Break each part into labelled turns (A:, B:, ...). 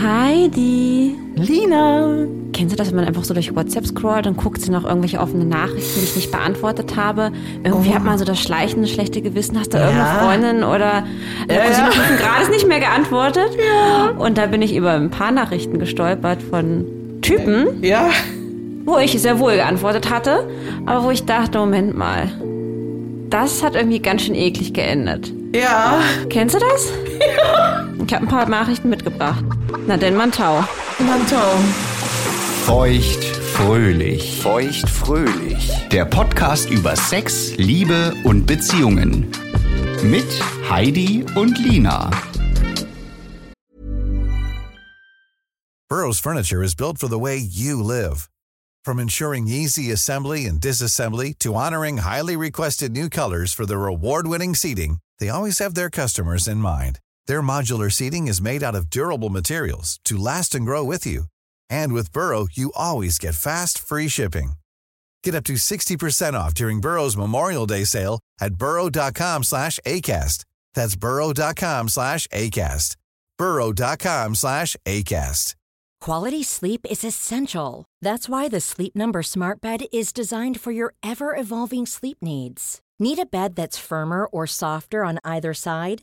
A: Heidi.
B: Lina.
A: Kennst du das, wenn man einfach so durch WhatsApp scrollt und guckt sie noch irgendwelche offenen Nachrichten, die ich nicht beantwortet habe? Irgendwie
B: Oh.
A: hat man so das schleichende schlechte Gewissen. Hast du
B: Ja.
A: irgendeine Freundin oder äh, also
B: Ja,
A: hat sie
B: ja.
A: noch fünften Grades nicht mehr geantwortet? Und da bin ich über ein paar Nachrichten gestolpert von Typen,
B: Ja.
A: wo ich sehr wohl geantwortet hatte, aber wo ich dachte, Moment mal, das hat irgendwie ganz schön eklig geendet.
B: Ja.
A: Kennst du das? Ich habe ein paar Nachrichten mitgebracht. Na denn, Mantau.
B: Mantau.
C: Feucht fröhlich. Feucht fröhlich. Der Podcast über Sex, Liebe und Beziehungen. Mit Heidi und Lina.
D: Burrow's furniture is built for the way you live. From ensuring easy assembly and disassembly to honoring highly requested new colors for their award-winning seating, they always have their customers in mind. Their modular seating is made out of durable materials to last and grow with you. And with Burrow, you always get fast, free shipping. Get up to 60% off during Burrow's Memorial Day sale at burrow.com slash ACAST. That's burrow.com slash ACAST. burrow.com slash ACAST.
E: Quality sleep is essential. That's why the Sleep Number Smart Bed is designed for your ever evolving sleep needs. Need a bed that's firmer or softer on either side?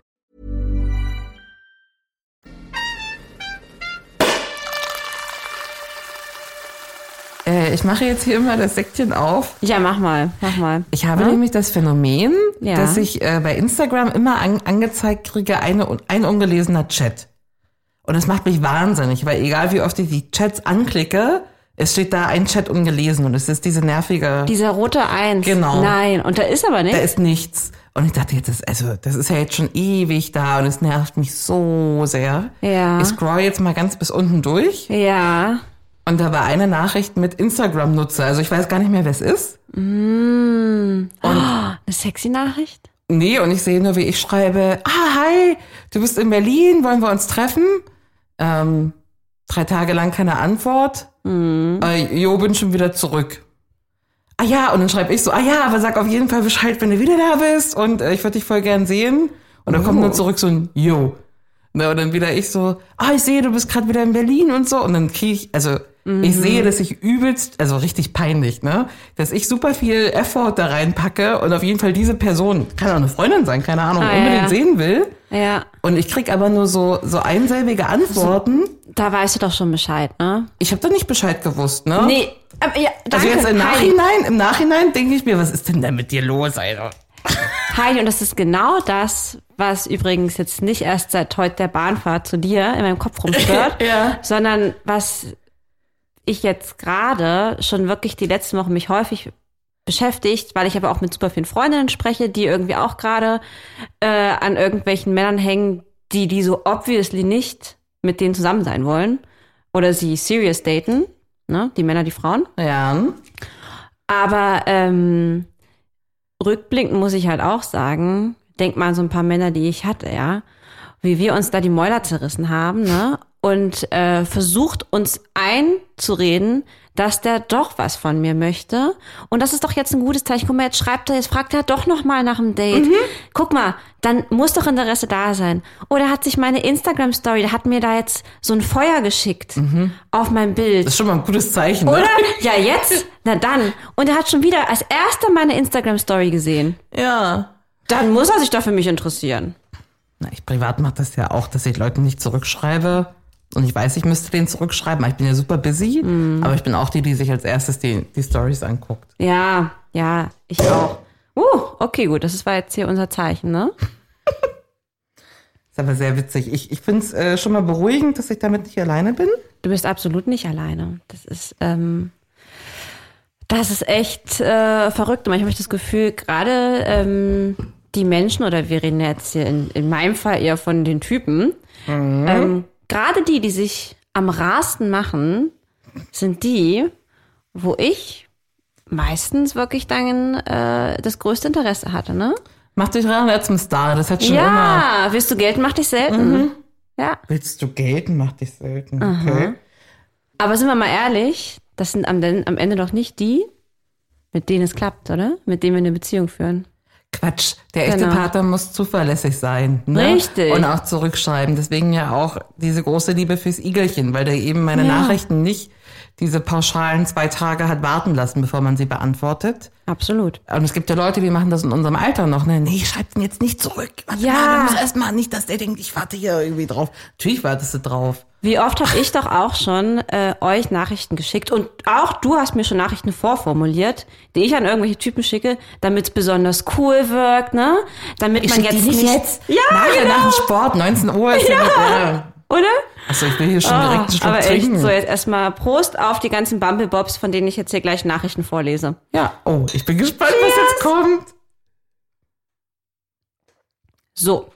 B: Äh, ich mache jetzt hier immer das Säckchen auf.
A: Ja, mach mal, mach mal.
B: Ich habe nämlich das Phänomen,
A: Ja.
B: dass ich äh, bei Instagram immer an, angezeigt kriege, eine, un- ein ungelesener Chat. Und das macht mich wahnsinnig, weil egal wie oft ich die Chats anklicke, es steht da ein Chat ungelesen und es ist diese nervige,
A: Dieser rote Eins.
B: Genau.
A: Nein, und da ist aber
B: da
A: nichts.
B: ist nichts. Und ich dachte jetzt, das, also, das ist ja jetzt schon ewig da und es nervt mich so sehr.
A: Ja.
B: Ich scroll jetzt mal ganz bis unten durch
A: Ja.
B: und da war eine Nachricht mit Instagram-Nutzer. Also ich weiß gar nicht mehr, wer es ist.
A: Eine sexy Nachricht?
B: Nee, und ich sehe nur, wie ich schreibe, ah, hi, du bist in Berlin, wollen wir uns treffen? Ähm, drei Tage lang keine Antwort.
A: Mhm.
B: Äh, jo, bin schon wieder zurück. Ah ja, und dann schreibe ich so, ah ja, aber sag auf jeden Fall Bescheid, wenn du wieder da bist und äh, ich würde dich voll gern sehen. Und dann kommt
A: Oh.
B: nur zurück so ein Jo. Na, und dann wieder ich so, ah, ich sehe, du bist gerade wieder in Berlin und so. Und dann kriege ich, also
A: Mhm.
B: ich sehe, dass ich übelst, also richtig peinlich, ne? Dass ich super viel Effort da reinpacke und auf jeden Fall diese Person, kann auch eine Freundin sein, keine Ahnung,
A: Ah,
B: unbedingt
A: ja.
B: sehen will.
A: Ja.
B: Und ich krieg aber nur so, so einsilbige Antworten.
A: Da weißt du doch schon Bescheid, ne?
B: Ich habe da nicht Bescheid gewusst, ne?
A: Nee. Aber ja,
B: Also
A: danke.
B: jetzt im
A: Heidi.
B: Nachhinein, im Nachhinein denke ich mir, was ist denn da mit dir los, Alter?
A: Heidi, und das ist genau das, was übrigens jetzt nicht erst seit heute der Bahnfahrt zu dir in meinem Kopf rumstört,
B: Ja.
A: sondern was ich jetzt gerade schon wirklich die letzten Wochen mich häufig beschäftigt, weil ich aber auch mit super vielen Freundinnen spreche, die irgendwie auch gerade äh, an irgendwelchen Männern hängen, die die so obviously nicht mit denen zusammen sein wollen oder sie serious daten, ne? Die Männer, die Frauen.
B: Ja.
A: Aber ähm, rückblickend muss ich halt auch sagen, denk mal an so ein paar Männer, die ich hatte, ja, wie wir uns da die Mäuler zerrissen haben, ne? Und äh, versucht uns einzureden, dass der doch was von mir möchte. Und das ist doch jetzt ein gutes Zeichen. Guck mal, jetzt schreibt er, jetzt fragt er doch noch mal nach dem Date. Guck mal, dann muss doch Interesse da sein. Oder hat sich meine Instagram-Story, der hat mir da jetzt so ein Feuer geschickt auf mein Bild.
B: Das ist schon mal ein gutes Zeichen,
A: Oder?
B: ne?
A: Ja, jetzt? Na dann. Und er hat schon wieder als erster meine Instagram-Story gesehen.
B: Ja.
A: Dann muss er sich doch für mich interessieren.
B: Na, ich privat mache das ja auch, dass ich Leuten nicht zurückschreibe. Und ich weiß, ich müsste den zurückschreiben. Ich bin ja super busy,
A: Mhm.
B: aber ich bin auch die, die sich als erstes die, die Stories anguckt.
A: Ja, ja, ich auch. Uh, okay, gut, das war jetzt hier unser Zeichen, ne?
B: Ist aber sehr witzig. Ich, ich finde es äh, schon mal beruhigend, dass ich damit nicht alleine bin.
A: Du bist absolut nicht alleine. Das ist, ähm, das ist echt äh, verrückt. Manchmal habe ich das Gefühl, gerade ähm, die Menschen, oder wir reden jetzt hier in, in meinem Fall eher von den Typen,
B: Mhm.
A: ähm, gerade die, die sich am rasten machen, sind die, wo ich meistens wirklich dann äh, das größte Interesse hatte, ne?
B: Mach dich ran zum Star, das hat schon immer. Mhm.
A: Ja, willst du Geld, mach dich selten. Ja.
B: Willst du gelten, mach dich selten. Okay.
A: Aber sind wir mal ehrlich, das sind am, den- am Ende doch nicht die, mit denen es klappt, oder? Mit denen wir eine Beziehung führen.
B: Quatsch, der echte
A: Genau.
B: Partner muss zuverlässig sein. Ne?
A: Richtig.
B: Und auch zurückschreiben. Deswegen ja auch diese große Liebe fürs Igelchen, weil der eben meine
A: Ja.
B: Nachrichten nicht diese pauschalen zwei Tage hat warten lassen, bevor man sie beantwortet.
A: Absolut.
B: Und es gibt ja Leute, die machen das in unserem Alter noch. Ne? Nee, schreibt ihn jetzt nicht zurück. Warte
A: Ja.
B: mal, du musst erst mal nicht, dass der denkt, ich warte hier irgendwie drauf. Natürlich wartest du drauf.
A: Wie oft habe ich doch auch schon äh, euch Nachrichten geschickt und auch du hast mir schon Nachrichten vorformuliert, die ich an irgendwelche Typen schicke, damit es besonders cool wirkt, ne? Damit man jetzt nicht
B: Ja,
A: Ja,
B: Nachher
A: genau.
B: nach dem Sport, 19 Uhr. Ist ja.
A: oder?
B: Achso, ich will hier schon direkt einen
A: Ah,
B: Schluck
A: aber
B: trinken.
A: echt, so jetzt erstmal Prost auf die ganzen Bumblebobs, von denen ich jetzt hier gleich Nachrichten vorlese.
B: Ja, oh, ich bin gespannt, was
A: Cheers.
B: jetzt kommt.
A: So.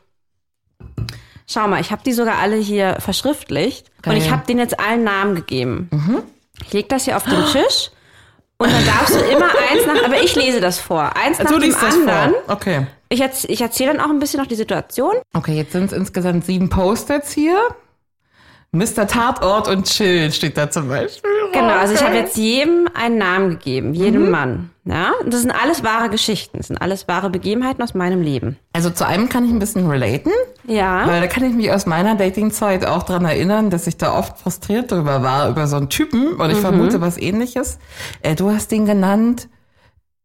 A: Schau mal, ich habe die sogar alle hier verschriftlicht und ich
B: Geil. Mhm.
A: habe denen jetzt allen Namen gegeben. Ich lege das hier auf den Tisch und dann darfst du immer eins nach, aber ich lese das vor. Eins nach
B: Also Du
A: dem
B: liest das
A: anderen.
B: vor. Okay.
A: Ich, erz- ich erzähle dann auch ein bisschen noch die Situation.
B: Okay, jetzt sind es insgesamt sieben Post-its hier. Mr. Tatort und Chill steht da zum Beispiel.
A: Genau, also ich habe jetzt jedem einen Namen gegeben,
B: Mhm.
A: jedem Mann. Ja? Und Das sind alles wahre Geschichten, das sind alles wahre Begebenheiten aus meinem Leben.
B: Also zu einem kann ich ein bisschen relaten,
A: Ja.
B: weil da kann ich mich aus meiner Dating-Zeit auch dran erinnern, dass ich da oft frustriert drüber war, über so einen Typen und ich vermute was ähnliches. Äh, du hast den genannt,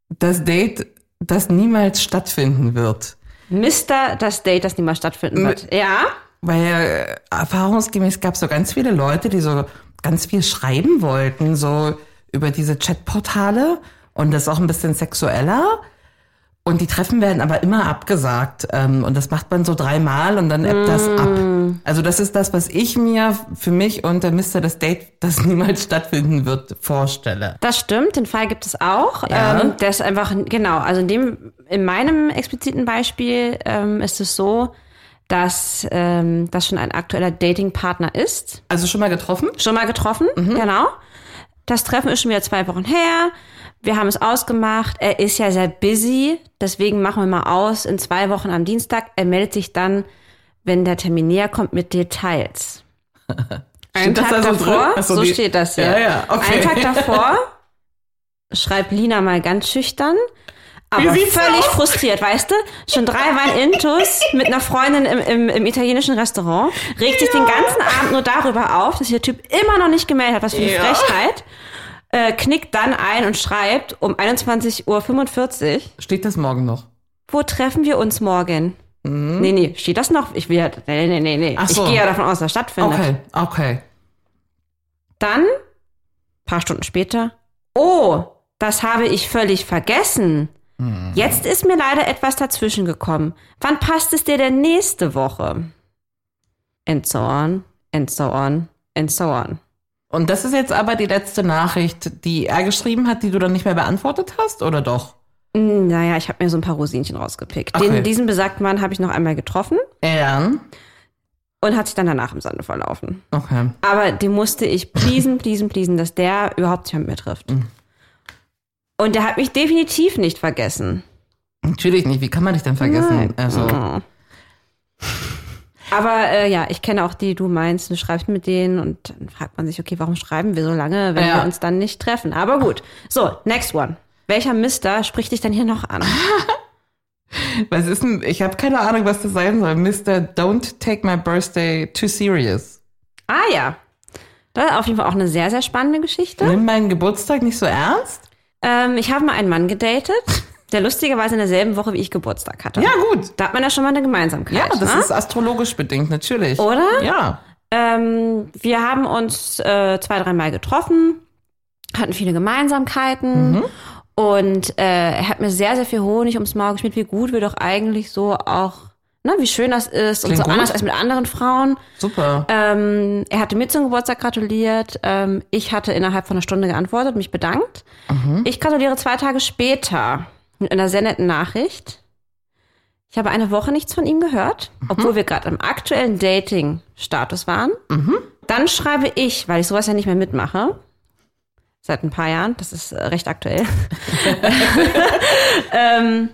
B: das Date, das niemals stattfinden wird.
A: Mister, das Date, das niemals stattfinden wird. Ja.
B: Weil äh, erfahrungsgemäß gab es so ganz viele Leute, die so ganz viel schreiben wollten, so über diese Chatportale und das auch ein bisschen sexueller. Und die Treffen werden aber immer abgesagt. Ähm, und das macht man so dreimal und dann ebbt das ab. Also das ist das, was ich mir für mich und der Mister das Date, das niemals stattfinden wird, vorstelle.
A: Das stimmt, den Fall gibt es auch.
B: Ja.
A: Ähm, das einfach, genau, also in dem, in meinem expliziten Beispiel ähm, ist es so, dass ähm, das schon ein aktueller Datingpartner ist.
B: Also schon mal getroffen?
A: Schon mal getroffen, genau. Das Treffen ist schon wieder zwei Wochen her. Wir haben es ausgemacht. Er ist ja sehr busy, deswegen machen wir mal aus in zwei Wochen am Dienstag. Er meldet sich dann, wenn der Termin näher kommt, mit Details. Einen
B: Steht das
A: Tag
B: da so
A: davor,
B: drin? Ach so,
A: so
B: die-
A: steht das hier.
B: Ja, ja, okay.
A: Einen Tag davor schreibt Lina mal ganz schüchtern, aber
B: Wie sieht's
A: völlig
B: aus?
A: frustriert, weißt du? Schon drei Wein Intus mit einer Freundin im, im, im italienischen Restaurant, regt sich den ganzen Abend nur darüber auf, dass ihr Typ immer noch nicht gemeldet hat, was für eine
B: Ja.
A: Frechheit. Äh, knickt dann ein und schreibt um 21.45 Uhr,
B: Steht das morgen noch?
A: wo treffen wir uns morgen? Nee, nee, steht das noch? Ich will ja, nee, nee, nee, nee.
B: Mhm. Ach so.
A: Ich gehe ja davon aus, dass das stattfindet.
B: Okay, okay.
A: Dann, paar Stunden später, oh, das habe ich völlig vergessen.
B: Mhm.
A: Jetzt ist mir leider etwas dazwischen gekommen. Wann passt es dir denn nächste Woche? And so on, and so on, and so on.
B: Und das ist jetzt aber die letzte Nachricht, die er geschrieben hat, die du dann nicht mehr beantwortet hast, oder doch?
A: Hm, Naja, ich habe mir so ein paar Rosinchen rausgepickt.
B: Okay.
A: Den, diesen besagten Mann habe ich noch einmal getroffen
B: Ja.
A: und hat sich dann danach im Sande verlaufen.
B: Okay.
A: Aber dem musste ich pleasen, pleasen, pleasen, dass der überhaupt sich mit mir trifft.
B: Mhm.
A: Und der hat mich definitiv nicht vergessen.
B: Natürlich nicht. Wie kann man dich denn vergessen?
A: Nein.
B: Also,
A: Oh. Aber äh, ja, ich kenne auch die, du meinst, du schreibst mit denen und dann fragt man sich, okay, warum schreiben wir so lange, wenn
B: Ja.
A: wir uns dann nicht treffen? Aber gut. So, next one. Welcher Mister spricht dich denn hier noch an?
B: was ist denn? Ich habe keine Ahnung, was das sein soll. Mr. Don't take my birthday too serious.
A: Ah ja. Das ist auf jeden Fall auch eine sehr, sehr spannende Geschichte.
B: Nimm meinen Geburtstag nicht so ernst?
A: Ähm, ich habe mal einen Mann gedatet, der lustigerweise in derselben Woche wie ich Geburtstag hatte.
B: Ja, gut.
A: Da hat man ja schon mal eine Gemeinsamkeit.
B: Ja, das
A: ne?
B: ist astrologisch bedingt, natürlich.
A: Oder?
B: Ja.
A: Ähm, wir haben uns äh, zwei, dreimal getroffen, hatten viele Gemeinsamkeiten
B: Mhm.
A: und äh, er hat mir sehr, sehr viel Honig ums Maul geschmiert, wie gut wir doch eigentlich so auch, ne, wie schön das ist
B: Klingt
A: und so
B: gut.
A: anders als mit anderen Frauen.
B: Super.
A: Ähm, er hatte mir zum Geburtstag gratuliert. Ähm, ich hatte innerhalb von einer Stunde geantwortet, mich bedankt. Ich gratuliere zwei Tage später mit einer sehr netten Nachricht. Ich habe eine Woche nichts von ihm gehört, obwohl wir gerade im aktuellen Dating-Status waren. Dann schreibe ich, weil ich sowas ja nicht mehr mitmache, seit ein paar Jahren, das ist äh, recht aktuell. ähm,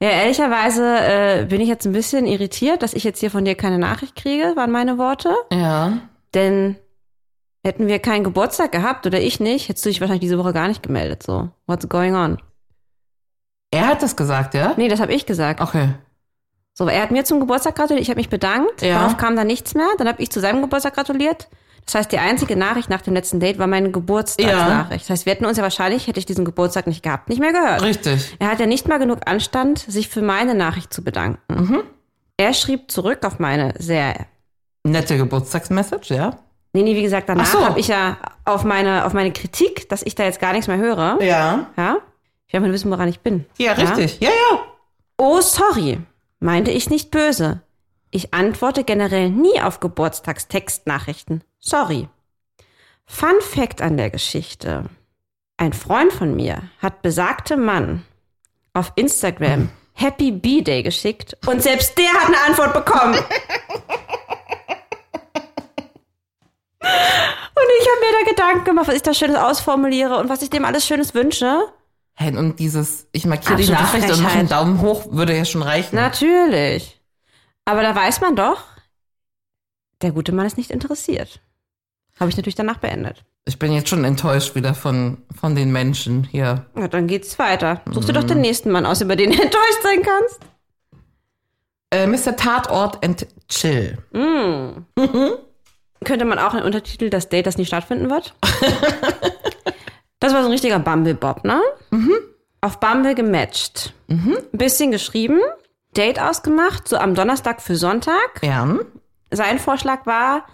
A: ja, ehrlicherweise äh, bin ich jetzt ein bisschen irritiert, dass ich jetzt hier von dir keine Nachricht kriege, waren meine Worte.
B: ja.
A: Denn hätten wir keinen Geburtstag gehabt oder ich nicht, hättest du dich wahrscheinlich diese Woche gar nicht gemeldet. So, what's going on?
B: Er hat das gesagt, ja?
A: Nee, das habe ich gesagt.
B: Okay.
A: So, er hat mir zum Geburtstag gratuliert, ich habe mich bedankt.
B: Ja.
A: Darauf kam dann nichts mehr. Dann habe ich zu seinem Geburtstag gratuliert. Das heißt, die einzige Nachricht nach dem letzten Date war meine Geburtstagsnachricht. Das heißt, wir hätten uns ja wahrscheinlich, hätte ich diesen Geburtstag nicht gehabt, nicht mehr gehört.
B: Richtig.
A: Er hat ja nicht mal genug Anstand, sich für meine Nachricht zu bedanken.
B: Mhm.
A: Er schrieb zurück auf meine sehr.
B: Nette Geburtstagsmessage, ja?
A: Nee, nee, wie gesagt, danach
B: Ach so.
A: habe ich ja auf meine, auf meine Kritik, dass ich da jetzt gar nichts mehr höre.
B: Ja.
A: Ja? Ich will einfach nur wissen, woran ich bin.
B: Ja, richtig. Ja, ja.
A: Oh, sorry, meinte ich nicht böse. Ich antworte generell nie auf Geburtstagstextnachrichten. Sorry. Fun Fact an der Geschichte. Ein Freund von mir hat besagtem Mann auf Instagram Happy B-Day geschickt und selbst der hat eine Antwort bekommen. Und ich habe mir da Gedanken gemacht, was ich da Schönes ausformuliere und was ich dem alles Schönes wünsche.
B: Hey, und dieses, ich markiere die
A: Absolute
B: Nachricht und mache einen
A: Frechheit.
B: Daumen hoch, würde ja schon reichen.
A: Natürlich. Aber da weiß man doch, der gute Mann ist nicht interessiert. Habe ich natürlich danach beendet.
B: Ich bin jetzt schon enttäuscht wieder von, von den Menschen hier.
A: Ja, dann geht's weiter. Such dir doch den nächsten Mann aus, über den du enttäuscht sein kannst.
B: Äh, Mr. Tatort and Chill.
A: Könnte man auch einen Untertitel, das Date, das nie stattfinden wird? das war so ein richtiger Bumble-Bob, ne? Auf Bumble gematcht. Ein bisschen geschrieben, Date ausgemacht, so am Donnerstag für Sonntag.
B: Ja. Hm?
A: Sein Vorschlag war,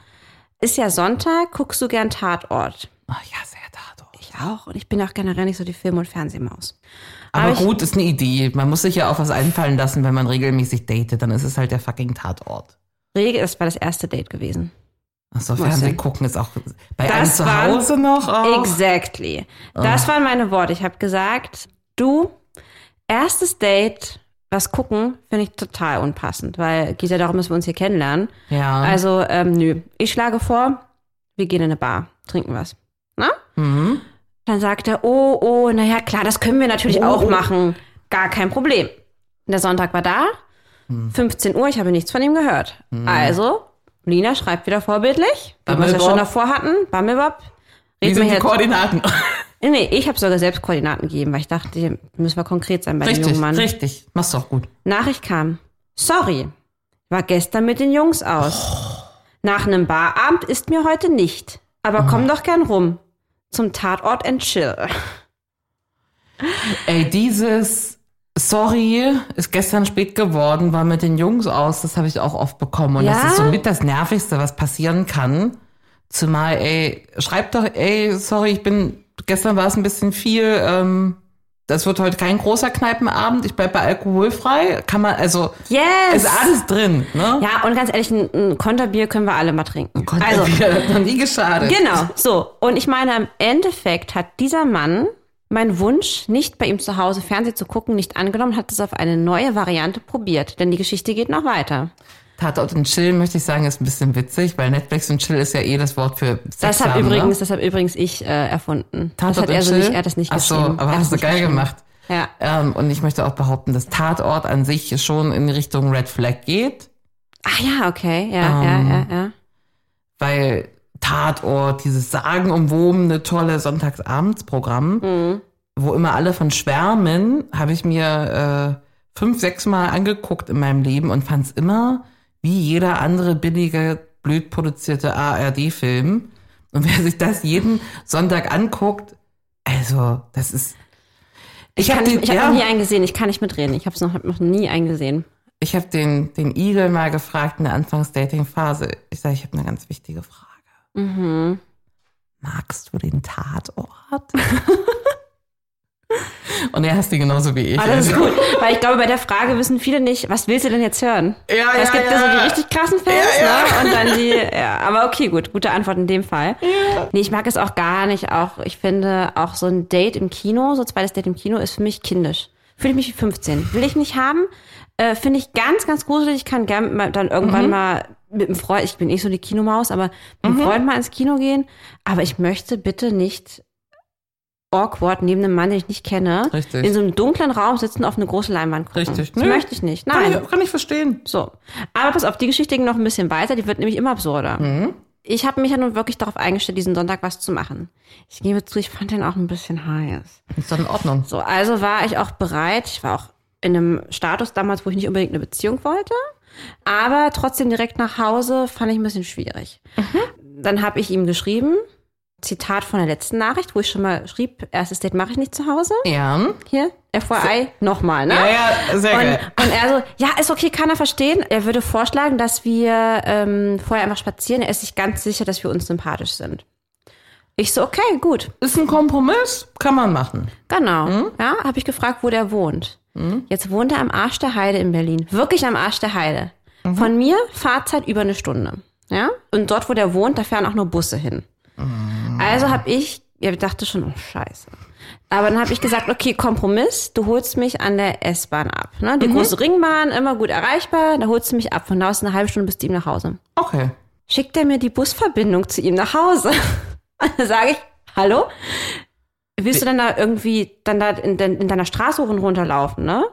A: ist ja Sonntag, guckst du gern Tatort.
B: Ach ja, sehr Tatort.
A: Ich auch. Und ich bin auch generell nicht so die Film- und Fernsehmaus.
B: Aber
A: Aber ich-
B: gut, ist eine Idee. Man muss sich ja auch was einfallen lassen, wenn man regelmäßig datet. Dann ist es halt der fucking Tatort.
A: Regel, das war das erste Date gewesen.
B: Achso,
A: Was
B: Fernsehen
A: denn?
B: gucken ist auch bei einem
A: Das
B: zu
A: waren-
B: Hause noch. Auch.
A: Exactly. Das waren meine Worte. Ich habe gesagt, du, erstes Date, was gucken, finde ich total unpassend, weil geht ja darum, dass wir uns hier kennenlernen.
B: Ja.
A: Also, ähm, nö. Ich schlage vor, wir gehen in eine Bar, trinken was. Na?
B: Mhm.
A: Dann sagt er, oh, oh, naja, klar, das können wir natürlich
B: Oh,
A: auch machen. Gar kein Problem. Der Sonntag war da,
B: Mhm.
A: 15 Uhr, ich habe nichts von ihm gehört. Also, Lina schreibt wieder vorbildlich, wie wir es ja
B: Bumblebob.
A: schon davor hatten, Bumblebob.
B: Wie
A: Red mir
B: sind die
A: jetzt.
B: Koordinaten?
A: Nee, ich habe sogar selbst Koordinaten gegeben, weil ich dachte, hier müssen wir konkret sein bei dem
B: richtig,
A: jungen Mann.
B: richtig. Machst du auch gut.
A: Nachricht kam. Sorry, war gestern mit den Jungs aus. Nach einem Barabend ist mir heute nicht. Aber komm doch gern rum. Zum Tatort and chill.
B: Ey, dieses Sorry ist gestern spät geworden, war mit den Jungs aus, das habe ich auch oft bekommen. Und das
A: Ja?
B: ist somit das Nervigste, was passieren kann. Zumal, ey, schreib doch, ey, sorry, ich bin, gestern war es ein bisschen viel, ähm, das wird heute kein großer Kneipenabend, ich bleib bei alkoholfrei. Kann man, also,
A: Yes!
B: ist alles drin, ne?
A: Ja, und ganz ehrlich, ein, ein Konterbier können wir alle mal trinken.
B: Gott,
A: also,
B: mir hat noch nie geschadet.
A: genau, so. Und ich meine, im Endeffekt hat dieser Mann meinen Wunsch, nicht bei ihm zu Hause Fernsehen zu gucken, nicht angenommen, hat es auf eine neue Variante probiert. Denn die Geschichte geht noch weiter.
B: Tatort und Chill, möchte ich sagen, ist ein bisschen witzig, weil Netflix und Chill ist ja eh das Wort für Sex
A: Das
B: haben,
A: habe
B: ne?
A: übrigens, das hab übrigens ich äh, erfunden. das hat
B: Tatort
A: er
B: und
A: so
B: Chill?
A: nicht, er hat das nicht
B: Ach so,
A: geschrieben.
B: aber
A: er
B: hast
A: hat's
B: du
A: nicht
B: geil
A: geschrieben.
B: gemacht.
A: Ja.
B: Ähm, und ich möchte auch behaupten, dass Tatort an sich schon in Richtung Red Flag geht,
A: Ach ja, okay. Ja,
B: Ähm,
A: ja, ja, ja.
B: weil Tatort, dieses sagenumwobene, tolle Sonntagsabendsprogramm, wo immer alle von schwärmen, habe ich mir äh, fünf, sechs Mal angeguckt in meinem Leben und fand es immer wie jeder andere billige, blöd produzierte ARD-Film. Und wer sich das jeden Sonntag anguckt, also, das ist.
A: Ich, kann
B: hab
A: nicht,
B: den-
A: ich habe
B: ja.
A: noch nie einen gesehen. Ich kann nicht mitreden. Ich habe es noch, hab noch nie einen gesehen.
B: ich habe den, den Igel mal gefragt in der Anfangsdating-Phase. Ich sage, ich habe eine ganz wichtige Frage. Mhm. Magst du den Tatort? Und er hasst die genauso wie ich. Also,
A: Ah, das ist gut, weil ich glaube, bei der Frage wissen viele nicht, was willst du denn jetzt hören?
B: Ja,
A: Weil es
B: ja,
A: gibt
B: ja.
A: ja so die richtig krassen Fans,
B: Ja, ja.
A: ne? Und dann die, ja, aber okay, gut, gute Antwort in dem Fall. Nee, ich mag es auch gar nicht. Auch, ich finde, auch so ein Date im Kino, so ein zweites Date im Kino, ist für mich kindisch. Fühle ich mich wie 15. Will ich nicht haben. Äh, finde ich ganz, ganz gruselig. Ich kann gern mal, dann irgendwann
B: Mhm.
A: mal mit einem Freund, ich bin nicht so die Kinomaus, aber mit einem Freund mal ins Kino gehen. Aber ich möchte bitte nicht awkward neben einem Mann, den ich nicht kenne,
B: Richtig.
A: in so einem dunklen Raum sitzen, auf eine große Leinwand gucken.
B: Richtig.
A: Das
B: Nö.
A: möchte ich nicht. Nein.
B: Kann ich, kann ich verstehen.
A: So. Aber pass auf, die Geschichte ging noch ein bisschen weiter, die wird nämlich immer absurder.
B: Mhm.
A: Ich habe mich ja nun wirklich darauf eingestellt, diesen Sonntag was zu machen. Ich gebe zu, ich fand den auch ein bisschen heiß.
B: Ist doch in Ordnung.
A: So, also war ich auch bereit, ich war auch in einem Status damals, wo ich nicht unbedingt eine Beziehung wollte, aber trotzdem direkt nach Hause fand ich ein bisschen schwierig.
B: Mhm.
A: Dann habe ich ihm geschrieben, Zitat von der letzten Nachricht, wo ich schon mal schrieb, erstes Date mache ich nicht zu Hause.
B: Ja.
A: Hier, FYI, nochmal, ne?
B: Hm? Ja, ja, sehr
A: und,
B: geil.
A: und er so, ja, ist okay, kann er verstehen. Er würde vorschlagen, dass wir ähm, vorher einfach spazieren. Er ist sich ganz sicher, dass wir uns sympathisch sind. Ich so, okay, gut.
B: Ist ein Kompromiss, kann man machen.
A: Genau. Ja, habe ich gefragt, wo der wohnt. Jetzt wohnt er am Arsch der Heide in Berlin. Wirklich am Arsch der Heide. Von mir Fahrzeit über eine Stunde. Ja? Und dort, wo der wohnt, da fahren auch nur Busse hin. Also habe ich, ich dachte schon, oh Scheiße. Aber dann habe ich gesagt, okay, Kompromiss, du holst mich an der S-Bahn ab. Ne? Die große Ringbahn, immer gut erreichbar, da holst du mich ab. Von da aus eine halbe Stunde bis zu ihm nach Hause
B: Okay.
A: schickt er mir die Busverbindung zu ihm nach Hause. Und dann sage ich, hallo? Willst du dann da irgendwie dann da in, dein- in deiner Straße hoch und runter laufen, ne? Und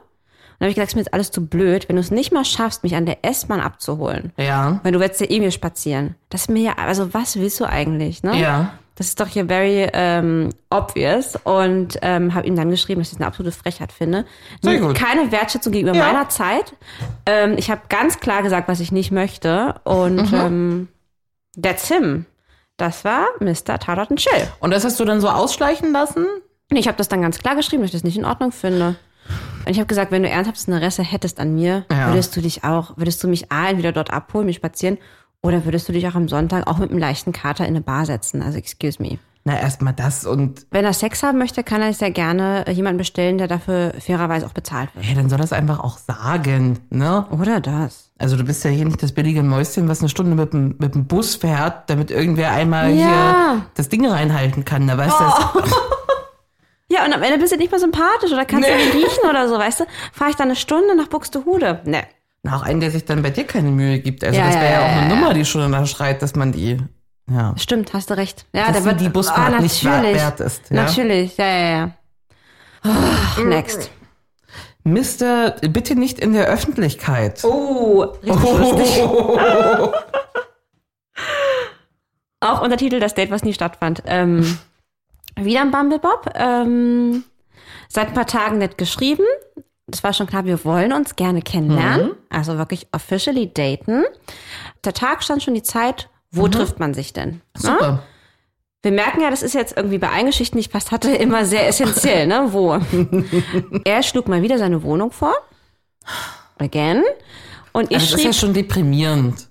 A: dann habe ich gesagt, ist mir jetzt alles zu blöd, wenn du es nicht mal schaffst, mich an der S-Bahn abzuholen.
B: Ja.
A: Weil du willst ja eh mir spazieren. Das ist mir ja, also was willst du eigentlich, ne?
B: Ja.
A: Das ist doch hier very ähm, obvious und ähm, habe ihm dann geschrieben, dass ich das eine absolute Frechheit finde.
B: Sehr gut.
A: Keine Wertschätzung gegenüber
B: Ja.
A: meiner Zeit. Ähm, ich habe ganz klar gesagt, was ich nicht möchte
B: Mhm.
A: und ähm, that's him. Das war Mr. Tatort and Chill.
B: Und das hast du dann so ausschleichen lassen?
A: Und ich habe das dann ganz klar geschrieben, dass ich das nicht in Ordnung finde. Und ich habe gesagt, wenn du ernsthaftes Interesse hättest an mir,
B: Ja.
A: würdest du dich auch, würdest du mich A, entweder dort abholen, mich spazieren, oder würdest du dich auch am Sonntag auch mit einem leichten Kater in eine Bar setzen? Also excuse me.
B: Na, erstmal das und
A: Wenn er Sex haben möchte, kann er sehr gerne jemanden bestellen, der dafür fairerweise auch bezahlt wird.
B: hey, dann soll das einfach auch sagen, ne?
A: Oder das.
B: Also du bist ja hier nicht das billige Mäuschen, was eine Stunde mit dem, mit dem Bus fährt, damit irgendwer einmal
A: Ja. Oh.
B: hier das Ding reinhalten kann. Da weißt du, das-
A: Ja, und am Ende bist du nicht mehr sympathisch oder kannst du nicht riechen oder so, weißt du? Fahr ich dann eine Stunde nach Buxtehude? Ne.
B: Na, auch einen, der sich dann bei dir keine Mühe gibt. Also
A: Ja,
B: das wäre ja,
A: ja,
B: auch
A: ja,
B: eine
A: ja.
B: Nummer, die schon danach schreit, dass man die. Ja.
A: Stimmt, hast du recht. Ja,
B: Dass
A: da
B: sie
A: wird Ah,
B: die Busfahrt nicht wa-
A: natürlich.
B: wert ist, ja?
A: Natürlich, ja, ja, ja. Oh, next.
B: Mister, bitte nicht in der Öffentlichkeit.
A: Oh, Hm? richtig lustig. Auch Untertitel Das Date, was nie stattfand. Ähm, wieder ein Bumblebob. Ähm, seit ein paar Tagen nett geschrieben. Das war schon klar, wir wollen uns gerne
B: Mhm.
A: kennenlernen. Also wirklich officially daten. Der Tag stand schon die Zeit. Wo
B: Mhm.
A: trifft man sich denn? Ne?
B: Super.
A: Wir merken ja, das ist jetzt irgendwie bei allen Geschichten, die ich passt hatte, immer sehr essentiell, ne? Wo? er schlug mal wieder seine Wohnung vor. Again. Und ich
B: Also das ist
A: schrieb,
B: ja schon deprimierend.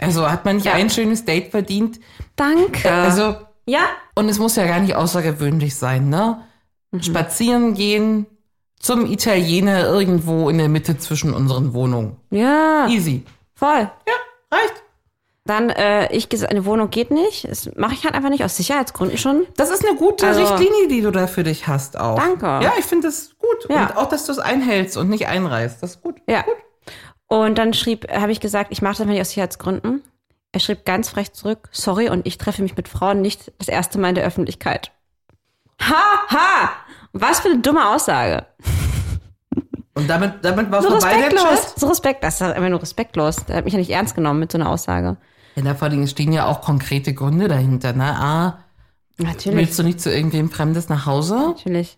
B: Also hat man nicht
A: Ja.
B: ein schönes Date verdient?
A: danke.
B: Also,
A: ja,
B: und es muss ja gar nicht außergewöhnlich sein, ne?
A: Mhm.
B: Spazieren gehen zum Italiener irgendwo in der Mitte zwischen unseren Wohnungen.
A: ja,
B: Easy.
A: voll.
B: Ja, reicht.
A: Dann, äh, ich gesagt, eine Wohnung geht nicht. Das mache ich halt einfach nicht, aus Sicherheitsgründen schon.
B: Das ist eine gute
A: Also-
B: Richtlinie, die du da für dich hast auch.
A: Danke.
B: Ja, ich finde das gut.
A: Ja.
B: Und auch, dass du es einhältst und nicht einreißt. Das ist gut.
A: Ja. Und dann schrieb, habe ich gesagt, ich mache das einfach nicht aus Sicherheitsgründen. Er schrieb ganz frech zurück, sorry, und ich treffe mich mit Frauen nicht das erste Mal in der Öffentlichkeit. Ha, ha! Was für eine dumme Aussage.
B: Und damit, damit war
A: So
B: vorbei der
A: respektlos.
B: Chat.
A: So respekt, das ist einfach nur respektlos. Der hat mich ja nicht ernst genommen mit so einer Aussage.
B: Ja, da vor allem stehen ja auch konkrete Gründe dahinter. Ne? A,
A: Natürlich.
B: willst du nicht zu irgendwem Fremdes nach Hause?
A: Natürlich.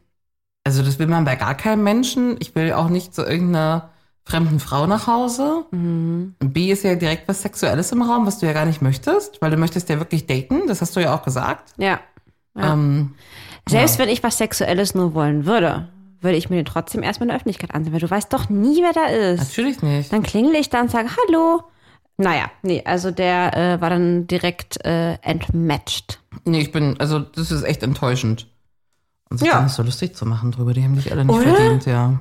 B: Also das will man bei gar keinem Menschen. Ich will auch nicht zu irgendeiner fremden Frau nach Hause.
A: Mhm.
B: Und B ist ja direkt was Sexuelles im Raum, was du ja gar nicht möchtest, weil du möchtest ja wirklich daten. Das hast du ja auch gesagt.
A: Ja.
B: Ähm,
A: Selbst wenn ich was Sexuelles nur wollen würde, würde ich mir den trotzdem erstmal in der Öffentlichkeit ansehen, weil du weißt doch nie, wer da ist.
B: Natürlich nicht.
A: Dann klingel ich da und sage, hallo. Naja, nee, also der äh, war dann direkt äh, entmatched.
B: Nee, ich bin, also das ist echt enttäuschend. Und sich
A: Ja.
B: ja. dann so lustig zu machen drüber, die haben dich alle nicht
A: Oder?
B: verdient, ja.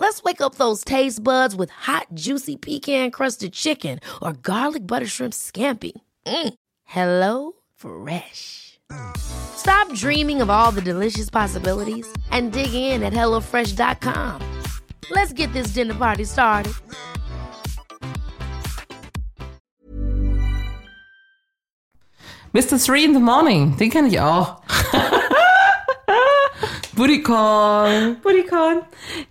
F: Let's wake up those taste buds with hot, juicy pecan crusted chicken or garlic butter shrimp scampi. Mm. Hello Fresh. Stop dreaming of all the delicious possibilities and dig in at HelloFresh.com. Let's get this dinner party started.
B: Mr. Three in the Morning, den kenne ich auch. Booty Call.
A: Bodycon.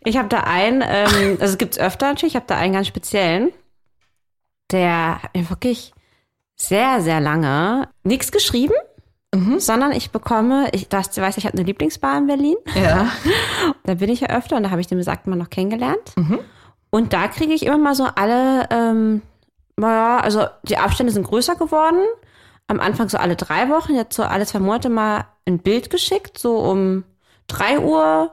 A: Ich habe da einen, ähm, also es gibt es öfter natürlich, ich habe da einen ganz speziellen, der hat mir wirklich sehr, sehr lange nichts geschrieben, sondern ich bekomme, ich, das, du weißt, ich habe eine Lieblingsbar in Berlin,
B: Ja.
A: da bin ich ja öfter und da habe ich den besagten Mann noch kennengelernt.
B: Mhm.
A: Und da kriege ich immer mal so alle, ähm, naja, also die Abstände sind größer geworden. Am Anfang so alle drei Wochen, jetzt so alle zwei Monate mal ein Bild geschickt, so um drei Uhr,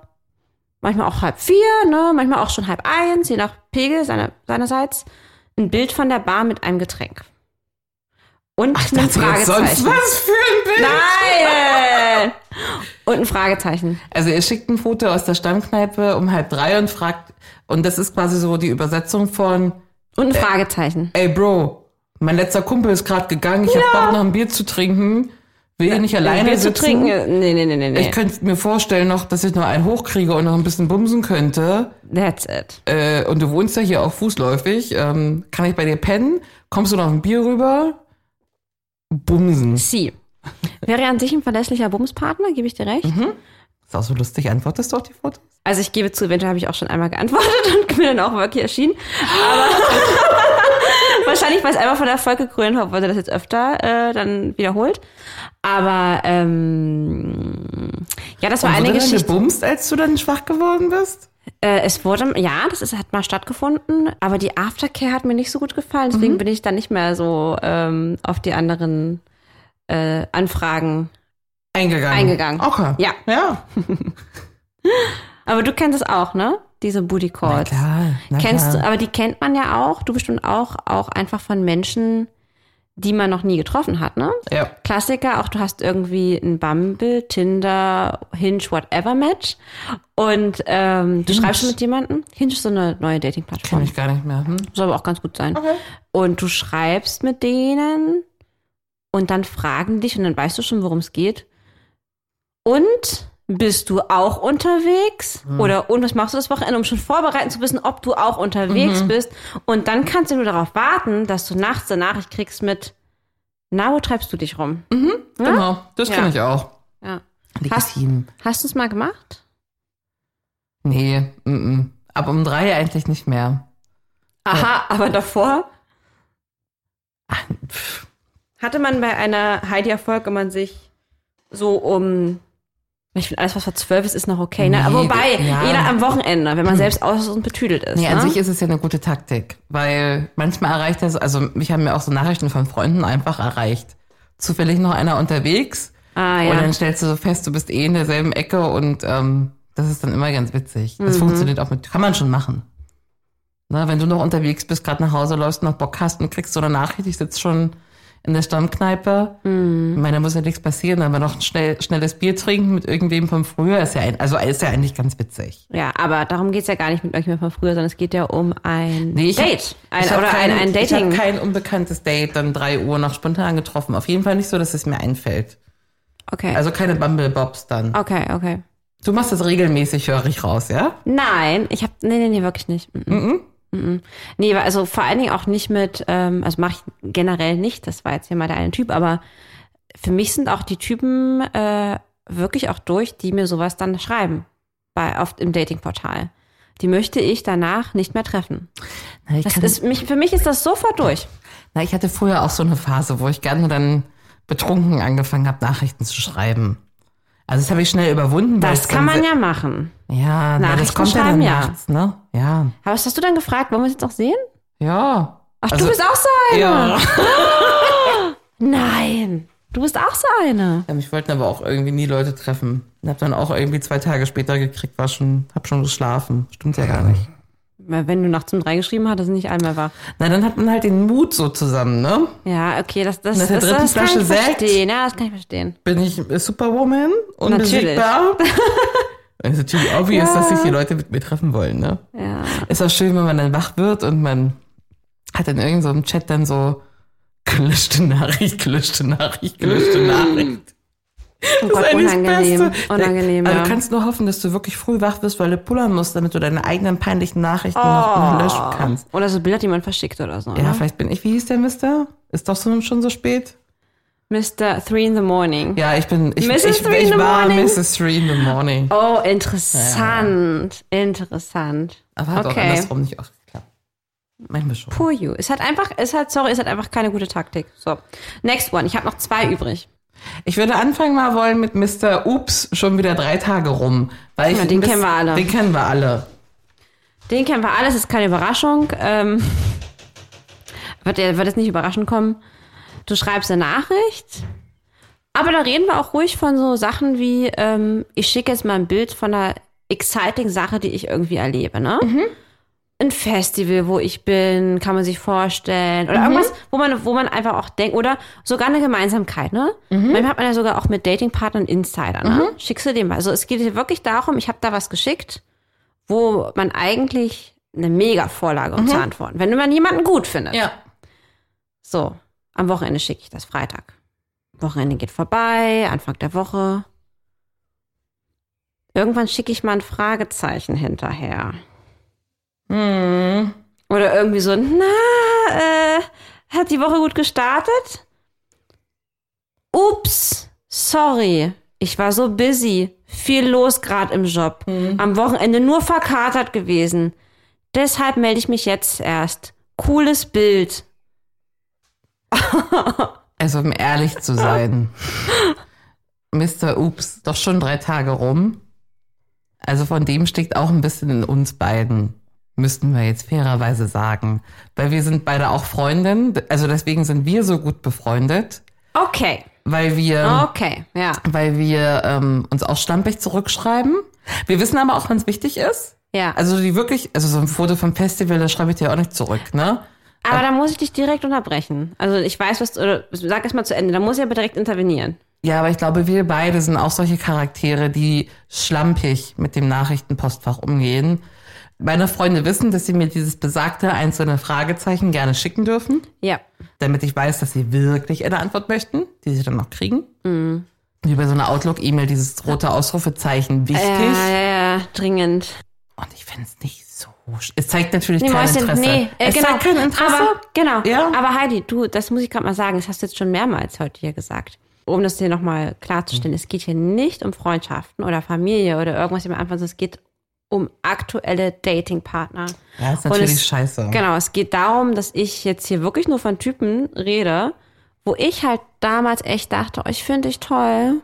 A: manchmal auch halb vier, ne, manchmal auch schon halb eins, je nach Pegel seiner, seinerseits. Ein Bild von der Bar mit einem Getränk. Und
B: Ich
A: ein
B: dachte jetzt sonst
A: Fragezeichen.
B: was für ein Bild.
A: Nein! Und ein Fragezeichen.
B: Also er schickt ein Foto aus der Stammkneipe um halb drei und fragt, und das ist quasi so die Übersetzung von,
A: Und
B: Äh,
A: ein Fragezeichen.
B: ey Bro, mein letzter Kumpel ist gerade gegangen, ich hab Bock noch ein Bier zu trinken, will hier nicht alleine
A: Bier zu
B: sitzen.
A: trinken? äh, Nee, nee, nee, nee. nee.
B: Ich könnte mir vorstellen noch, dass ich noch einen hochkriege und noch ein bisschen bumsen könnte.
A: That's it.
B: Äh, und du wohnst ja hier auch fußläufig. Ähm, kann ich bei dir pennen? Kommst du noch ein Bier rüber? Bumsen.
A: Sie. Wäre an sich ein verlässlicher Bumspartner, gebe ich dir recht.
B: Mhm. Ist auch so lustig. Antwortest du auf die Fotos?
A: Also ich gebe zu, eventuell habe ich auch schon einmal geantwortet und mir dann auch wirklich erschienen. Aber wahrscheinlich, weil es einmal von Erfolg gekrönt war, wurde das jetzt öfter äh, dann wiederholt. Aber ähm, ja, das war
B: Und
A: eine
B: wurde dann
A: Geschichte.
B: gebumst, als du dann schwach geworden bist?
A: Äh, es wurde, ja, das ist, hat mal stattgefunden, aber die Aftercare hat mir nicht so gut gefallen,
B: Mhm.
A: deswegen bin ich dann nicht mehr so ähm, auf die anderen äh, Anfragen
B: Eingegangen.
A: Eingegangen.
B: Okay.
A: Ja.
B: Ja.
A: Aber du kennst es auch, ne? Diese Booty Calls.
B: klar, na
A: Kennst
B: klar.
A: du, aber die kennt man ja auch, du bestimmt auch, auch einfach von Menschen, die man noch nie getroffen hat, ne?
B: Ja.
A: Klassiker, auch du hast irgendwie ein Bumble, Tinder, Hinge, whatever Match. Und ähm, du schreibst mit jemandem. Hinge ist so eine neue
B: Kenn
A: Dating-Plattform.
B: ich gar nicht mehr. Hm?
A: Soll aber auch ganz gut sein. Und du schreibst mit denen und dann fragen dich und dann weißt du schon, worum es geht. Und bist du auch unterwegs? Oder und was machst du das Wochenende, um schon vorbereiten zu wissen, ob du auch unterwegs bist? Und dann kannst du nur darauf warten, dass du nachts eine Nachricht kriegst mit, na, wo treibst du dich rum?
B: Genau. Das
A: Ja.
B: kenn ich auch.
A: Ja. Hast,
B: Legitim.
A: hast du es mal gemacht?
B: Nee. Mm -mm. Ab um drei eigentlich nicht mehr.
A: Aha, aber davor
B: Ah,
A: hatte man bei einer Heidi Erfolg immer sich so um. Ich finde, alles, was vor zwölf ist, ist noch okay. Ne?
B: Nee,
A: Aber wobei,
B: ja. Hm.
A: jeder am Wochenende, wenn man selbst aus und betüdelt ist.
B: Nee,
A: ne?
B: an sich ist es ja eine gute Taktik, weil manchmal erreicht das, also mich haben ja auch so Nachrichten von Freunden einfach erreicht. Zufällig noch einer unterwegs
A: ah,
B: und
A: ja.
B: dann stellst du so fest, du bist eh in derselben Ecke und ähm, das ist dann immer ganz witzig.
A: Mhm.
B: Das funktioniert auch mit, kann man schon machen. Na, wenn du noch unterwegs bist, gerade nach Hause läufst, noch Bock hast und kriegst so eine Nachricht, ich sitze schon in der Stammkneipe, mhm. meine muss ja nichts passieren, aber noch ein schnell, schnelles Bier trinken mit irgendwem von früher ist ja, ein, also ist ja eigentlich ganz witzig.
A: ja, aber darum geht's ja gar nicht mit euch mehr von früher, sondern es geht ja um ein
B: Nee, ich
A: Date.
B: Hab,
A: Ein,
B: ich hab
A: oder
B: kein,
A: ein, ein Dating.
B: Ich hab kein unbekanntes Date dann 3 Uhr noch spontan getroffen. Auf jeden Fall nicht so, dass es mir einfällt.
A: okay. Ah.
B: Also keine Bumble Bobs Also dann.
A: okay, okay.
B: Du machst das regelmäßig, höre ich raus, ja?
A: Nein, ich habe nee, nee, nee, wirklich nicht. Mm -mm. Mm Nee, also vor allen Dingen auch nicht mit, ähm, also mache ich generell nicht, das war jetzt hier mal der eine Typ, aber für mich sind auch die Typen äh, wirklich auch durch, die mir sowas dann schreiben bei, auf, im Datingportal. Die möchte ich danach nicht mehr treffen.
B: Na, ich
A: Das
B: kann-
A: ist, mich, für mich ist das sofort durch.
B: Na, ich hatte vorher auch so eine Phase, wo ich gerne dann betrunken angefangen habe, Nachrichten zu schreiben. Also das habe ich schnell überwunden. weil
A: Das
B: es
A: kann man
B: dann se-
A: ja machen.
B: Ja, na,
A: Nachrichten
B: das kommt ja dann
A: schreiben, ja.
B: nachts, ne? Ja.
A: Aber was hast du dann gefragt? Wollen wir es jetzt auch sehen?
B: Ja.
A: Ach,
B: Also-
A: du bist auch so eine.
B: Ja.
A: Nein, du bist auch so eine.
B: ja. Mich wollten Ähm, aber auch irgendwie nie Leute treffen. Und hab dann auch irgendwie zwei Tage später gekriegt, war schon, hab schon geschlafen. Stimmt ja gar nicht.
A: Weil Wenn du nachts um drei geschrieben hattest, nicht einmal war.
B: Na, dann hat man halt den Mut so zusammen, ne?
A: Ja, okay, das, das,
B: Nach
A: das,
B: der
A: das,
B: dritten
A: kann
B: Flasche
A: ich
B: Sekt?
A: verstehen. Ja, das kann ich verstehen.
B: Bin ich äh, Superwoman?
A: Natürlich.
B: Unbesiegbar? Es ist natürlich obvious, dass sich die Leute mit mir treffen wollen, ne?
A: Ja.
B: Ist auch schön, wenn man dann wach wird und man hat in irgendeinem so einem Chat dann so gelöschte Nachricht, gelöschte Nachricht, gelöschte Nachricht.
A: Oh
B: Mm. Das
A: Gott,
B: eigentlich das
A: unangenehm.
B: Beste.
A: Unangenehm,
B: Also
A: ja.
B: du kannst nur hoffen, dass du wirklich früh wach wirst, weil du pullern musst, damit du deine eigenen peinlichen Nachrichten noch, noch löschen kannst.
A: Oder so Bilder, die man verschickt oder so.
B: Oh. Ja,
A: ne?
B: vielleicht bin ich, wie hieß der Mister? Ist doch so, schon so spät?
A: Mr. Three in the Morning.
B: Ja, ich bin, ich,
A: Mrs.
B: ich,
A: Three in
B: ich
A: the
B: war
A: morning.
B: Mrs. Three in the Morning.
A: Oh, interessant. Interessant.
B: Aber hat auch
A: okay.
B: andersrum nicht auch geklappt. Manchmal schon.
A: Poor you. Es hat einfach, es hat, sorry, es hat einfach keine gute Taktik. So. Next one. Ich habe noch zwei übrig.
B: Ich würde anfangen mal wollen mit Mr. Ups schon wieder drei Tage rum. Weil ich
A: Ja, den
B: bis-
A: kennen wir alle.
B: Den kennen wir alle.
A: Den kennen wir alles, ist keine Überraschung. Ähm, wird, er- wird es nicht überraschend kommen. Du schreibst eine Nachricht. Aber da reden wir auch ruhig von so Sachen wie, ähm, ich schicke jetzt mal ein Bild von einer exciting Sache, die ich irgendwie erlebe, ne? Ein Festival, wo ich bin, kann man sich vorstellen. Oder irgendwas, wo man, wo man einfach auch denkt, oder sogar eine Gemeinsamkeit, ne? Manchmal hat man ja sogar auch mit Datingpartnern Insider, ne? Schickst du dem mal. Also es geht hier wirklich darum, ich habe da was geschickt wo man eigentlich eine mega Vorlage um zu antworten. Wenn man jemanden gut findet.
B: Ja.
A: So, am Wochenende schicke ich das Freitag. Wochenende geht vorbei, Anfang der Woche. Irgendwann schicke ich mal ein Fragezeichen hinterher. Oder irgendwie so, na, äh, hat die Woche gut gestartet? Ups, sorry, ich war so busy, viel los gerade im Job, am Wochenende nur verkatert gewesen. Deshalb melde ich mich jetzt erst. Cooles Bild.
B: Also um ehrlich zu sein. Mr. Ups, doch schon drei Tage rum. Also von dem steckt auch ein bisschen in uns beiden. Müssten wir jetzt fairerweise sagen. Weil wir sind beide auch Freundinnen. Also deswegen sind wir so gut befreundet.
A: Okay,
B: Weil wir...
A: okay, ja.
B: weil wir ähm, uns auch stampig zurückschreiben. Wir wissen aber auch, wann es wichtig ist.
A: Ja.
B: Also die wirklich, also so ein Foto vom Festival, das schreibe ich dir auch nicht zurück, ne?
A: Aber da muss ich dich direkt unterbrechen. Also ich weiß, was du, oder sag erst mal zu Ende, da muss ich aber direkt intervenieren.
B: Ja, aber ich glaube, wir beide sind auch solche Charaktere, die schlampig mit dem Nachrichtenpostfach umgehen. Meine Freunde wissen, dass sie mir dieses besagte einzelne Fragezeichen gerne schicken dürfen,
A: Ja.
B: damit ich weiß, dass sie wirklich eine Antwort möchten, die sie dann auch kriegen.
A: Mhm.
B: Wie bei so einer Outlook-E-Mail dieses rote Ausrufezeichen wichtig.
A: Ja, ja, ja, Äh, dringend.
B: Und ich finde es nicht so. sch- Es zeigt natürlich
A: Nee,
B: kein
A: Mäuschen,
B: Interesse.
A: nee, äh,
B: es
A: genau.
B: zeigt kein Interesse.
A: Aber, genau.
B: Ja.
A: Aber Heidi, du, das muss ich gerade mal sagen, das hast du jetzt schon mehrmals heute hier gesagt. Um das hier nochmal klarzustellen, es geht hier nicht um Freundschaften oder Familie oder irgendwas im Anfang, sondern es geht um aktuelle Datingpartner.
B: ja, ist
A: Und
B: natürlich
A: es-
B: scheiße.
A: Genau, es geht darum, dass ich jetzt hier wirklich nur von Typen rede, wo ich halt damals echt dachte, oh, ich finde dich toll.